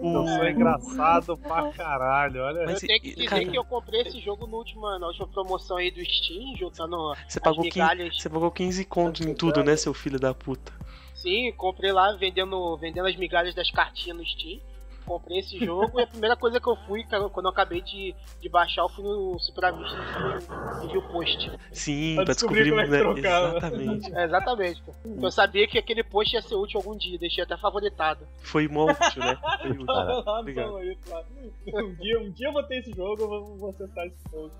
Eu
é
sou
<laughs>
engraçado pra caralho, olha
eu tenho que dizer que eu comprei esse jogo no último, na última promoção aí do Steam, juntando
Você
as
pagou, quin-
migalhas.
você pagou 15 contos em tudo, né, seu filho da puta?
Sim, comprei lá vendendo, vendendo as migalhas das cartinhas no Steam. Comprei esse jogo e a primeira coisa que eu fui, cara, quando eu acabei de, de baixar, eu fui no Superavista e fui- e vi o post.
Sim,
Pra
pra
descobrir
descobrir.
como é que
né?
trocar, né?
Exatamente.
É, exatamente, cara. Eu sabia que aquele post ia ser útil algum dia, deixei até favoritado.
Foi mó útil, né? Foi útil.
Tá lá, tá
Obrigado.
favorito lá. Um dia, um dia eu vou ter esse jogo, eu vou, vou acessar esse jogo.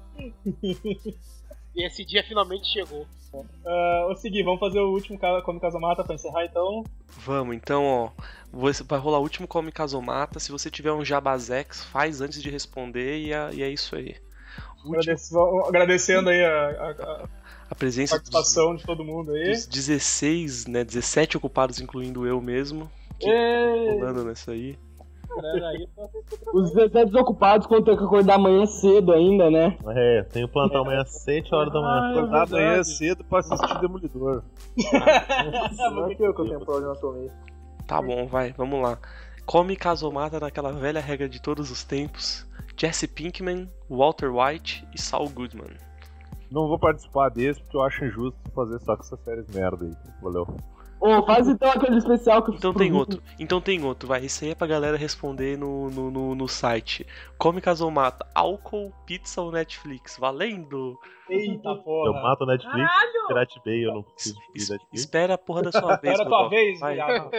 E esse dia finalmente chegou.
Ah, Ô, Segui, vamos fazer o último cara como Casa Mata pra encerrar então.
Vamos, então, ó. você- Vai rolar o último Come Casomata. Se você tiver um Jabazex, faz antes de responder e, é- e é isso aí.
Agradece- agradecendo aí a, a- a
A presença dos,
participação de todo mundo aí.
dos 16, né? 17 ocupados, incluindo eu mesmo. Que
Ei!
rolando nessa aí.
Os 17 desocupados quando tem que acordar amanhã cedo ainda, né?
É, tenho plantão amanhã às 7 horas da manhã.
Ah, é
Acordar amanhã
verdade.
cedo pra assistir Demolidor.
Não é que eu que eu tenho problema de anatomia.
Tá bom, vai, vamos lá. Come Casomata naquela velha regra de todos os tempos. Jesse Pinkman, Walter White e Saul Goodman.
Não vou participar desse porque eu acho injusto fazer só com essas séries merda aí. Valeu.
Ô, faz então aquele especial que eu
Então tem outro. Então tem outro, vai. Isso aí é pra galera responder no, no, no, no site. Come Casomata, álcool, pizza ou Netflix? Valendo!
Eita
Eu
porra.
mato o Netflix,
Caralho!
pirate Bay, eu não preciso de Netflix.
Espera a porra da sua vez,
Era a tua
Godó.
vez,
Vai.
viado.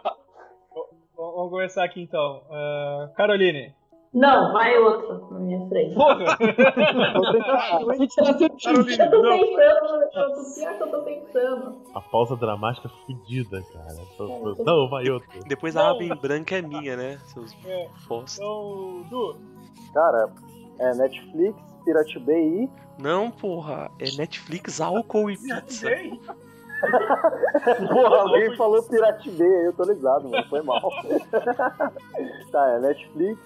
V- Vamos começar aqui então. Ah, Caroline.
Não, vai outra na minha frente.
Porra!
<laughs>
eu
tá
tô pensando, eu tô pior que eu tô pensando.
A pausa dramática é fodida, cara. Tô- tô-
tô-
Não, vai outro.
Depois a aba em branca é minha, né? Seus
É.
bosta.
Então, Du.
Cara, é Netflix, Pirate Bay e.
Não, porra. É Netflix, álcool e pizza.
é
Porra, alguém falou Pirate Bay, aí eu tô ligado, mano. Foi mal. <laughs> tá, é Netflix,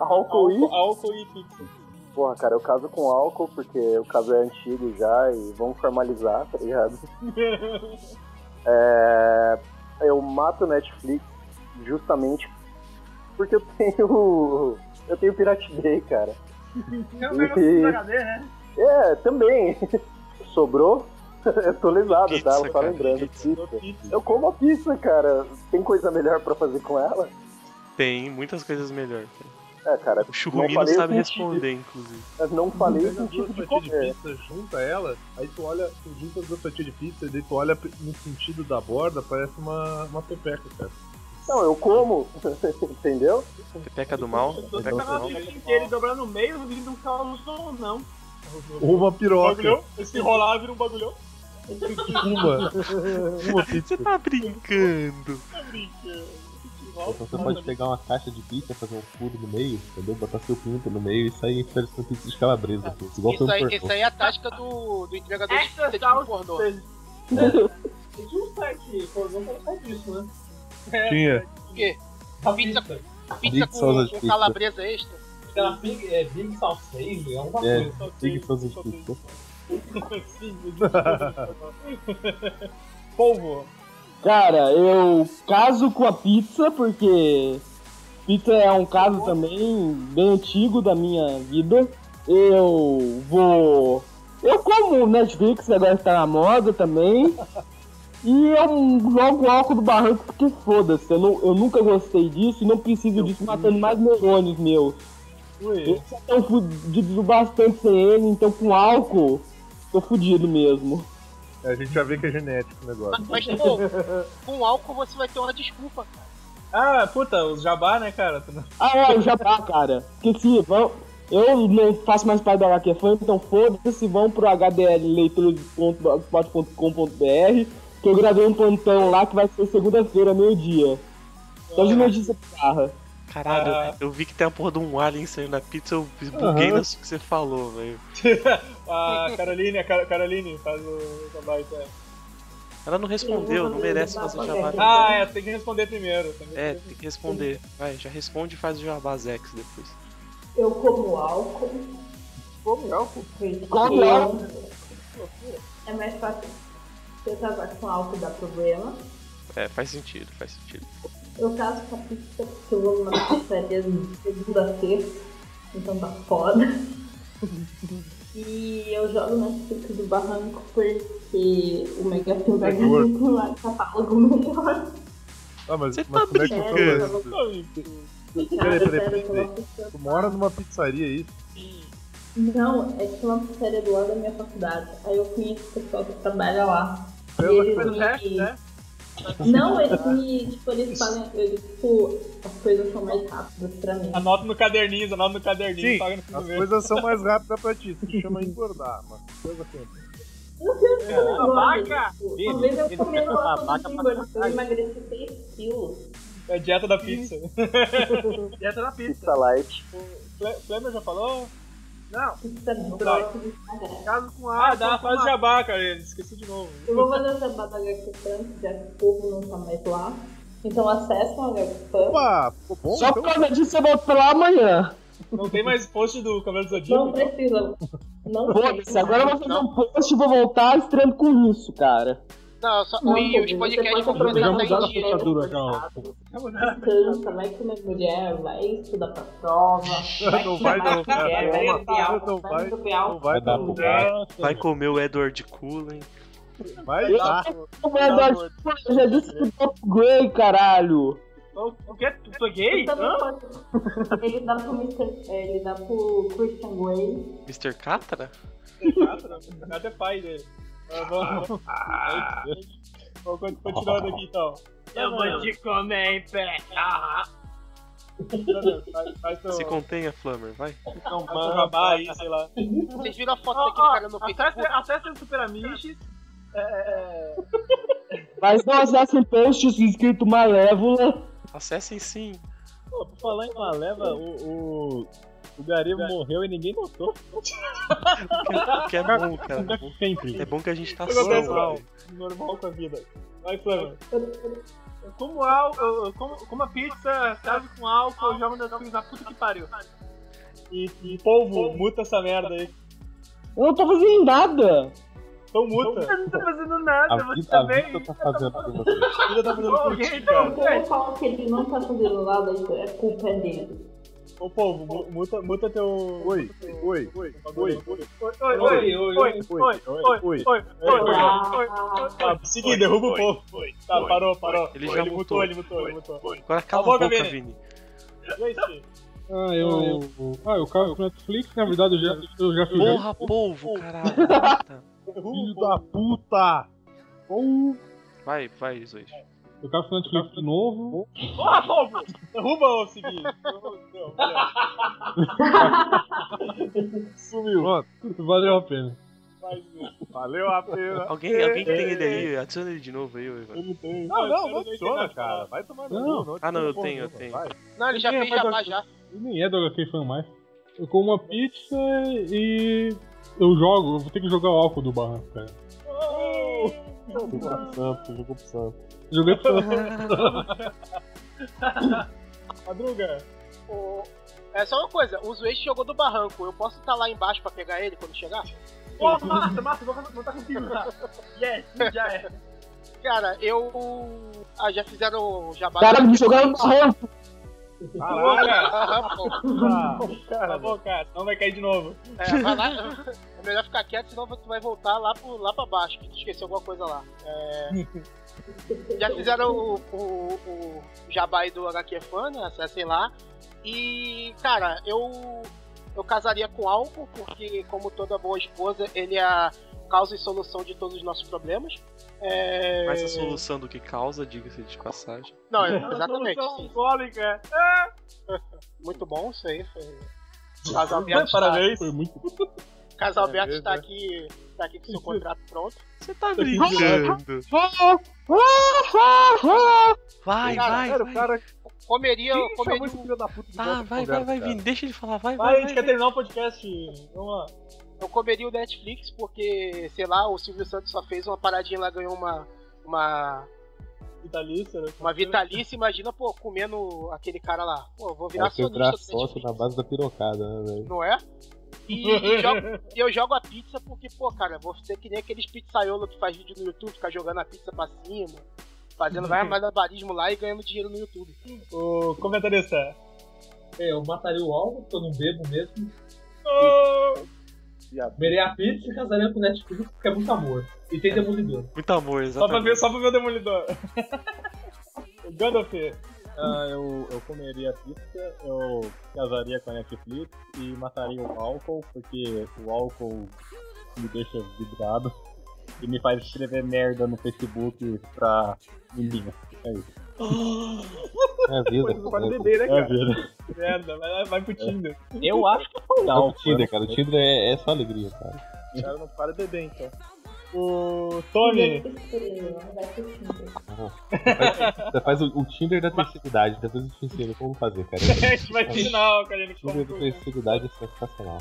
álcool e.
Álcool e pizza.
Porra, cara, eu caso com álcool porque o caso é antigo já e vamos formalizar, tá ligado? É, eu mato Netflix justamente porque eu tenho. Eu tenho Pirate Bay, cara.
É um negócio de
E-
HD, né?
É, também. <laughs> Sobrou? <laughs> Eu tô lesado, tá? Ela tá
cara,
lembrando.
é
Pizza. Eu como a pizza, cara. Tem coisa melhor pra fazer com ela?
Tem muitas coisas melhor. cara.
É, cara.
O Churrumino
falei o
sabe
sentido.
responder, inclusive.
Eu não
<laughs>
falei
um
o
Pega
sentido
duas
de
fatias de
comer.
pizza, junta ela, aí tu olha, tu junta as duas fatias de pizza, e daí tu olha no sentido da borda, parece uma, uma pepeca, cara.
Não, eu como. <laughs> Entendeu?
Pepeca do mal.
tá
Pepeca do
Tava
mal.
o bicho inteiro e dobrar no meio, o bicho não ficava no som, não.
Uma piroca.
Bagulhão. Se enrolar, vira um bagulhão.
Uma. Uma pizza.
Você tá brincando.
Tá brincando.
Então Você
né?
pode pegar uma caixa de pizza, fazer um furo no meio, entendeu? Botar seu pinto no meio e sair oferecendo pizza de calabresa. pô. Igual foi
Isso
um
aí,
pornô.
isso aí é a tática do, do entregador de pizza de pornô.
Tinha um site, por exemplo, era disso, né? Tá
Tinha.
O quê? Pizza, pizza
Big salsa
com,
de
com
pizza.
calabresa extra?
Era Big, é, Big Salsage, é uma
É, tem que fazer pizza.
Polvo.
Cara, eu caso com a pizza, porque pizza é um caso também bem antigo da minha vida.
tá
Eu vou. Eu como Netflix, que agora está na moda também.
E eu jogo álcool do barranco porque foda-se. Eu, não- eu nunca gostei disso e não preciso disso matando mais neurônios meus. Eu já tô fudido bastante sem ele, então com álcool, tô fudido mesmo.
A gente já vê que é genético o negócio.
Mas, pô, com álcool você vai ter uma desculpa, cara.
Ah, puta, os jabá, né, cara? <laughs>
Ah, é, o Jabá, cara. Esqueci, vão. Eu não faço mais parte da HQ Fã, então foda-se, vão pro hdlleitura.blogspot.com.br que eu gravei um plantão lá que vai ser segunda-feira, meio-dia. Só Então, de notícia bizarra.
Caralho, eu vi que tem a porra de um alien saindo da pizza, eu buguei
Aham.
nisso que você falou, velho.
A
<laughs>
Caroline, a Car- Caroline faz o jabá, então.
Ela não respondeu, não merece fazer jabá.
Ah, é, tem que responder primeiro. Tem que
É, tem que responder. Vai, já responde e faz o jabá Zex depois.
Eu como álcool.
Como álcool?
Como
álcool?
É mais fácil. Se eu casar com álcool dá problema.
É, faz sentido, faz sentido.
Eu caso com a pizza porque eu vou numa pizzaria de segunda a sexta. Então tá foda. <laughs> E eu jogo na Chica do Barranco porque o Mega tem
É
um garganta lá, catálogo melhor.
Ah, mas,
Você
mas
tá
como é que
brincando.
funciona isso? Peraí, peraí, peraí, peraí. Tu mora numa pizzaria aí?
Não, é que uma pizzaria do lado da minha faculdade. Aí eu conheço o pessoal que trabalha lá. E
Pelo
eles
pelo
me-
resto, né?
Não, eles me. Tipo, eles falam. Eles, tipo, as coisas são mais rápidas pra mim.
Anota no caderninho, anota no caderninho.
Sim,
paga no fim do
as
mês.
coisas são mais rápidas pra ti. Isso se chama engordar, mano. Coisa assim.
Eu quero esse
Cara,
negócio. Tipo, uma
Ele-
vez eu
ele
comendo
fica
lá
babaca
todo engordando, eu emagreci 6 quilos.
É a dieta
<laughs>
da pizza. dieta da pizza.
Pizza light.
Ple- Kleber já falou?
Não.
Pizza
brócolis,
Caso com
Ah,
álcool.
dá,
com
faz
álcool.
jabá, cara. Esqueci de novo.
Eu vou fazer essa batalha aqui tanto, já que o povo não tá mais lá. Então acessam a Gaspam.
Opa, ficou bom? então?
Só por causa disso eu volto pra lá amanhã.
Não tem mais post do Cabelo do Zodíaco?
Não precisa. Não
Foda-se,
precisa.
agora eu vou fazer um post e vou voltar estranho com isso, cara.
Não, só.
Não,
e os
você
podcasts
pode
vão
aproveitar
começar a
isso.
sair em dia.
Dura, calma.
Cansa, vai comer mulher, vai estudar pra prova.
<laughs> Não
vai
vai
tomar
não,
mulher,
cara. é
vai
Não
beber
vai,
álcool,
não
vai
vai.
beber
Não
álcool.
vai dar
Vai comer o Edward Cullen.
Vai
Eu
dar.
Ô,
é
Eduardo, eu já disse que tu é gay, caralho.
O que? Tu é gay?
Então,
Hã?
Ele dá pro Mr. Ele dá pro Christian Grey.
Mr. Catra?
Até pai dele. Ah, Vamos vamos- vamos con- continuando aqui então.
Eu vou te comer em pé. Ah,
Faz- Faz teu
Se contenha, Flammer, vai.
faz teu jabá aí, sei lá.
Vocês viram a
Ah,
foto
Ó,
daquele
ó,
cara no
acesse-
Facebook?
Acessem o Super Amiches. É, é, é,
Mas não acessem posts escrito Malévola.
Acessem sim.
Pô, por falar em Maleva, o, o, o Garibo morreu e ninguém notou.
Que é bom, cara. É bom, é bom que a gente tá
Eu gosto dessa-
só.
Normal com a vida. Vai, Flamer.
Como, al, eu- eu como, como a pizza, caso com álcool, joga das coisas na puta que pariu.
E, e polvo, muta essa merda aí.
Eu não tô fazendo nada.
Então muta.
Eu não tô fazendo nada,
A
você
vida, a
também.
vida tá fazendo com você.
A vida tá fazendo por ti,
Então,
cara.
quando eu falo que ele não tá fazendo nada, isso é culpa dele.
Ô polvo, mu- muta, muta teu.
Oi, oi, oi, oi, oi,
Oi, oi, oi, oi, oi, oi, oi, oi, oi,
Ah, segui, derruba o polvo. Tá, parou, parou.
Ele já
mutou,
mutou.
ele mutou, ele mutou.
Agora cala a
Acabou,
boca,
Gabine.
Vini.
E aí, Steve?
Ah, eu. Ah, eu caio com Netflix, na verdade eu já, eu já fiz.
Porra, polvo, caralho.
Filho da puta! Ou
Vai, vai, Zois.
Eu caio com Netflix de novo.
Porra, polvo! Ah, Derruba
<laughs>
o seguinte.
sumiu.
Valeu a pena.
Valeu
<laughs>
a pena.
Alguém, alguém que tem ele aí, adiciona ele de novo aí, ô, Ivan.
Não, não, não adiciona, cara. Vai tomar
Não.
no cu.
Ah, não, eu
porra
tenho, eu
nenhuma,
tenho.
vai.
Não, ele já
Quem é
fez
mais
jabá
do-
já.
Eu nem é do HQ fã mais. Eu como uma pizza e. Eu jogo, eu vou ter que jogar o álcool do barranco, cara.
Jogou pro Santos, jogou pro Santos.
Joguei pro
Madruga.
O- É só uma coisa, o Zuei jogou do barranco. Eu posso estar lá embaixo pra pegar ele quando chegar?
Ô, Márcio, Márcio, vou vou tá contigo, tá? Yes, já é.
Cara, eu. Ah, já fizeram o jabá.
Tá
Caralho, me jogaram no barranco.
Caralho! Tá bom, cara, senão vai cair de novo.
É, vai lá. É melhor ficar quieto, senão você vai voltar lá, pro, lá pra baixo, que tu esqueceu alguma coisa lá. É... Já fizeram Então, o, o, o jabai do HQ Fan, né? Acessem lá. E, cara, eu, eu casaria com álcool, porque, como toda boa esposa, ele é a causa e solução de todos os nossos problemas. É...
Mais a solução do que causa, diga-se de passagem.
Não, exatamente. sim.
Alcoólica.
Muito bom isso aí. Foi...
Casal
Alberto
Parabéns.
está-
Foi muito.
Casal tá Alberto
mesmo,
está
é.
aqui, está aqui com seu contrato pronto.
Você tá
brincando.
Vai,
Cara,
vai,
cara,
vai.
o cara comeria, um-
Quem
comeria
chamou esse
filho da puta
Ah, vai, vai, vai, Vini, deixa ele falar, vai,
Vai, a
vai.
gente
vai,
quer
vai.
terminar o podcast. Vamos lá.
Eu comeria o Netflix porque, sei lá, o Silvio Santos só fez uma paradinha lá, ganhou uma. Uma.
Vitalícia, né?
Uma vitalícia, imagina, pô, comendo aquele cara lá. Pô, eu vou virar
Vai ser
sonista.
virar
do
sócio na base da pirocada, né, velho?
não é? E eu jogo, e eu jogo a pizza porque, pô, cara, vou ser que nem aqueles pizzaiolo que faz vídeo no YouTube, ficar jogando a pizza pra cima, fazendo vai malabarismo lá e ganhando dinheiro no YouTube.
O comentarista.
É, eu mataria o álcool, porque eu não bebo mesmo.
Viado.
Comeria a pizza e casaria com o Netflix, porque é muito amor. E tem demolidor.
Muito amor,
Só pra
exatamente.
ver, só pra ver o demolidor. <laughs> o Gandalf.
Ah, eu, eu comeria pizza, eu casaria com a Netflix e mataria o álcool, porque o álcool me deixa vidrado <laughs> e me faz escrever merda no Facebook pra meninas. É isso.
É a vida.
Não pode beber, né,
É a
cara?
vida.
Merda, vai, vai pro Tinder.
Eu acho que foi
Não, o Tinder, cara. O Tinder é, é só alegria, cara.
O cara não para de beber, então. O Tony.
Você faz o, o Tinder da terceira idade, depois eu te ensino como fazer, cara.
<laughs> A gente vai te ensinar, ó, Karine,
O Tinder da
como
terceira idade é sensacional.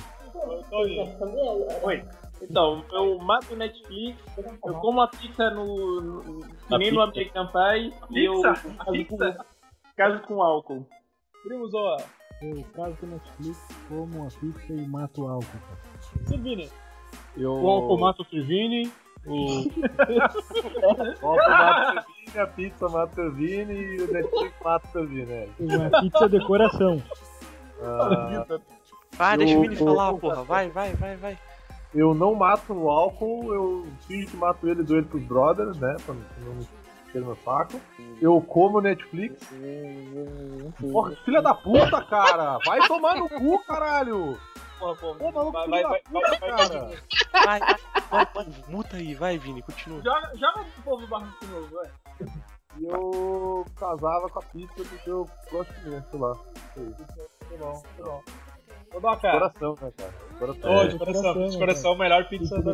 Oi. Então, eu mato o Netflix,
Tá
eu como a pizza no. no que
A
nem no
pizza.
American Pie. E eu
Pizza? A
caso
pizza?
com- caso com álcool.
Primo Zoa.
Eu caso com Netflix, como a pizza e mato o álcool. cara.
né?
Silvini.
Eu...
O álcool mata o Servini, o.
O álcool mata o Vini, a pizza mata o Vini e o Netflix mata o Vini. É.
Uma pizza de
<laughs>
coração.
Ah,
Vai, deixa o Vini
eu-
falar, porra. Vai, vai, vai, vai.
Eu não mato o álcool, eu fingo que mato ele e dou ele pros brothers, né? Pra não- pra não ter meu saco. Eu como Netflix. Porra, que filha da puta, cara! Vai tomar no cu, caralho!
Porra, pô.
Ô, maluco,
Vai,
filho
vai,
da
vai,
puta,
vai, vai,
cara!
Vai, vai, vai, muta aí, vai, Vini, continua.
Joga, joga pro povo do barco de novo, vai.
E eu casava com a pizza porque eu gosto de comer, sei lá. Sei lá.
Ô, Doca.
Coração, né, cara? Coração.
Ô,
É.
de coração, de coração,
né?
o melhor pizza da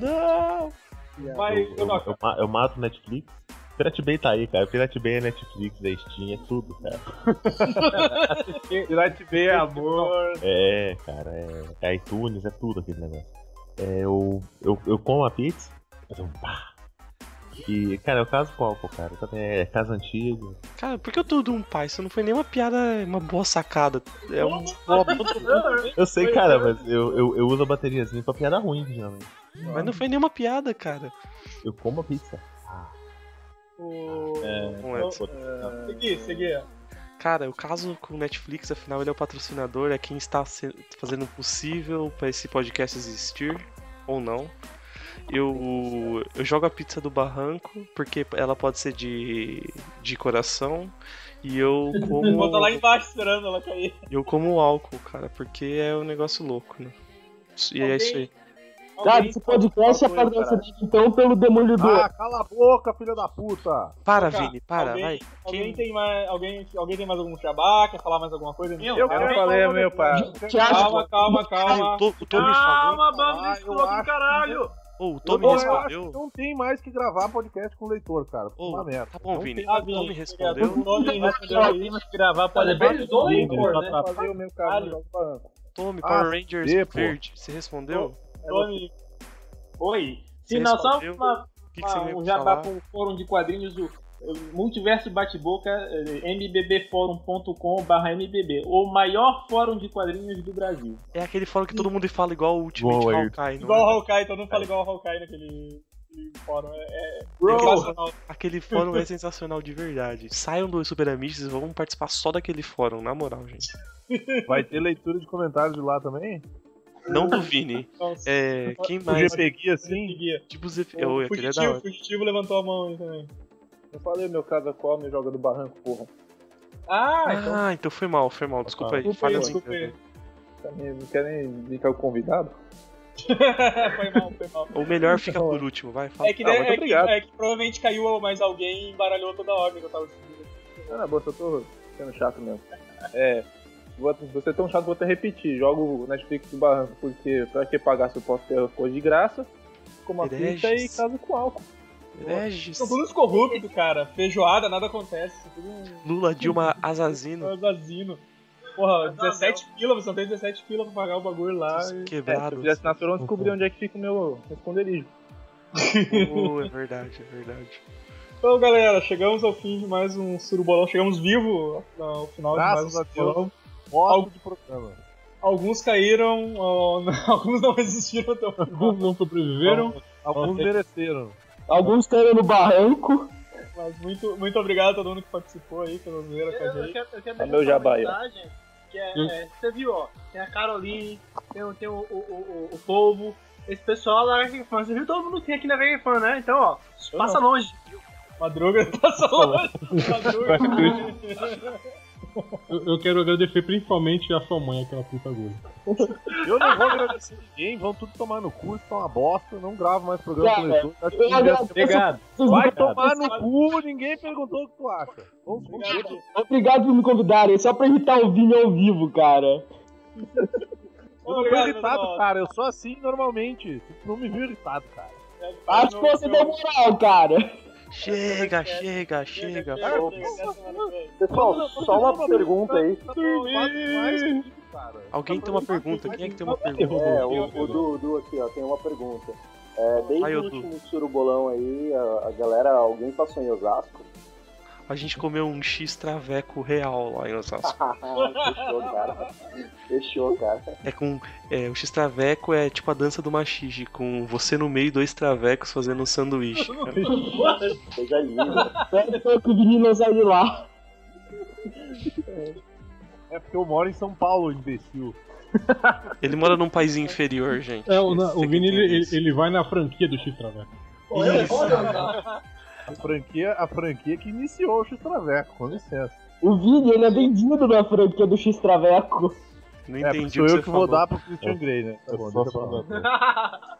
Não!
Vai,
Eu, eu,
Doca.
eu ma- eu mato o Netflix. Pirate Bay tá aí, cara. Pirate Bay é Netflix, é Steam, é tudo, cara.
Pirate Bay é amor.
É, cara, é, é iTunes, é tudo aquele negócio. É, eu, eu, eu como a pizza, faz um pá. E, cara, eu caso com álcool, cara. Também é casa antiga.
Cara, por que eu tô de um pai? Isso não foi nem uma piada, é uma boa sacada. É um.
<laughs> Eu sei, cara, mas eu, eu, eu uso a bateriazinha pra piada ruim, geralmente.
Mas não foi nenhuma piada, cara.
Eu como a pizza.
O...
É,
Não é, pô.
Segui, segui.
Cara, o caso com o Netflix, afinal, ele é o patrocinador, é quem está se- fazendo o possível pra esse podcast existir, ou não. Eu, eu jogo a pizza do barranco, porque ela pode ser de, de coração, e eu como.
Vou tá lá embaixo esperando ela cair.
Eu como álcool, cara, porque é um negócio louco, né? Isso- E é isso aí.
Cara, esse podcast é patrocinado então pelo Demolidor.
Ah, cala a boca, filha da puta!
Para,
Doca,
Vini, para,
alguém,
vai.
Alguém, tem mais, alguém, alguém tem mais algum jabá? Quer falar mais alguma coisa?
eu quero. falei, meu pai.
Calma, calma, calma.
O Tom- o Tom me falou.
Calma, bando de louco do caralho!
Ô, o
Eu
Tom me
não- eu acho que
respondeu.
Não tem mais que gravar podcast com leitor, cara. Uma merda.
Tá bom,
Não
Vini.
tem-
O Tom me
um
respondeu.
Tony respondeu aí.
gravar
Olha, bem dois, pô, né?
Fazer o meu caralho.
Tommy,
Ah,
Power Rangers
se vê, pô.
Verde. Você respondeu?
Tony. Oi.
Você
Se não, só
respondeu?
uma,
que que você
uma-
veio
um jabá
falar?
com o fórum de quadrinhos, o eh, Multiverso Bate-Boca, eh, mbbforum.com/mbb, o maior fórum de quadrinhos do Brasil.
É aquele fórum que todo mundo fala igual o Ultimate
Igual aí.
Hawkeye, não
Igual o
é?
Hawkeye, todo mundo fala igual o Hawkeye naquele.
aquele fórum é. é
Bro, aquele fórum é sensacional de verdade. Saiam do Super Amigos e vão participar só daquele fórum, na moral, gente.
<laughs> Vai ter leitura de comentários de lá também?
Não do Vini. É, quem
O
mais?
GPG, assim?
Tipo os efe-
O
Oi, aquele é da
fugitivo,
hora.
Fugitivo levantou a mão aí também.
Eu falei, meu casa come e joga do barranco, porra.
Ah,
Ah, então foi mal, foi mal. Desculpa aí.
Desculpa
Falha
aí,
assim,
desculpa aí.
<laughs>
cara.
Também não quer nem dizer que é o convidado?
Ou melhor, fica por último, vai. Fala.
É que,
Ah,
né, é,
muito
que,
obrigado.
é que provavelmente caiu mais alguém e embaralhou toda a ordem que eu tava seguindo.
Ah, na boa, eu tô sendo chato mesmo.
<laughs>
É. vou- Você é tão chato, vou até repetir. Jogo o Netflix do barranco, porque pra que pagar se eu posso ter coisa de graça? Com uma
Hereges.
ficha e casa com álcool.
Hereges.
São todos corruptos, cara. Feijoada, nada acontece. Tudo um
Lula, Dilma, Azazino.
asasino. Porra, 17 pila, você não tem 17 pila pra pagar o bagulho lá. e-
É, se eu fizesse na Sorão, eu descobri onde é que fica o meu esconderijo.
Oh, é verdade, é verdade.
Então, galera, chegamos ao fim de mais um Surubolão. Chegamos vivo ao final
Graças
de mais um
a Deus.
Surubolão.
Modo de programa.
Alguns caíram, ó, <laughs> alguns não resistiram até o final. Alguns
não sobreviveram.
Alguns mereceram.
Alguns caíram no barranco.
Mas muito, muito obrigado a todo mundo que participou aí, pela zoeira com a
Eu
gente.
quero, eu quero
Valeu,
deixar uma
Jabá, aí, ó.
mensagem, que é,
Hum.
é, você viu, ó, tem a Caroline, tem, o- tem o, o, o, o Polvo, esse pessoal lá da Vega Fan, você viu todo mundo que tem aqui na Vega Fan, né? Então, ó, passa
não.
longe.
Madruga passa longe. Madruga.
Eu, eu quero agradecer principalmente a sua mãe, aquela puta gorda.
Eu não vou agradecer ninguém, vão tudo tomar no cu, estão uma bosta, não gravo mais programa com
Cara,
eles. dois, acho que
eu
já-
agradeço-
Obrigado. um. Vai
Obrigado.
tomar no cu, ninguém perguntou o que tu acha. Vamos obrigado.
Obrigado por me convidarem, só pra irritar o Vini ao vivo, cara.
Eu não tô
Obrigado,
irritado,
pessoal.
cara, eu sou assim normalmente. Tu não me viu irritado, cara.
Acho que você deu moral, cara.
Chega, chega, chega.
Pessoal, só uma pergunta aí.
Alguém tem uma pergunta? Quem é que tem uma pergunta?
É, o, o Du, Du aqui, ó, tem uma pergunta. É, desde
Vai,
o
ô, Du.
último surubolão aí, a, a galera, alguém passou em Osasco?
A gente comeu um X traveco real lá em Osasco.
Ah, Fechou, cara. <laughs> Fechou, cara.
É com. é, o X traveco é tipo a dança do machixe, com você no meio e dois travecos fazendo um sanduíche.
Coisa linda.
Só que o Vini não sai de lá.
É porque eu moro em São Paulo, imbecil.
Ele mora num país inferior, gente.
É, o, na-
Você
o
que
Vini
entende
ele,
isso.
ele- ele vai na franquia do X Traveco.
A franquia, a franquia que iniciou o X-Traveco, com licença.
O Vini, ele é vendido na franquia do X-Traveco.
Não
É,
entendi
porque
o que
sou eu
você
que vou
falou.
dar pro Christian Grey, né? Tá bom, deixa eu falar.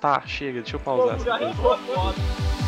Tá, chega, deixa eu pausar. essa coisa.
Foda.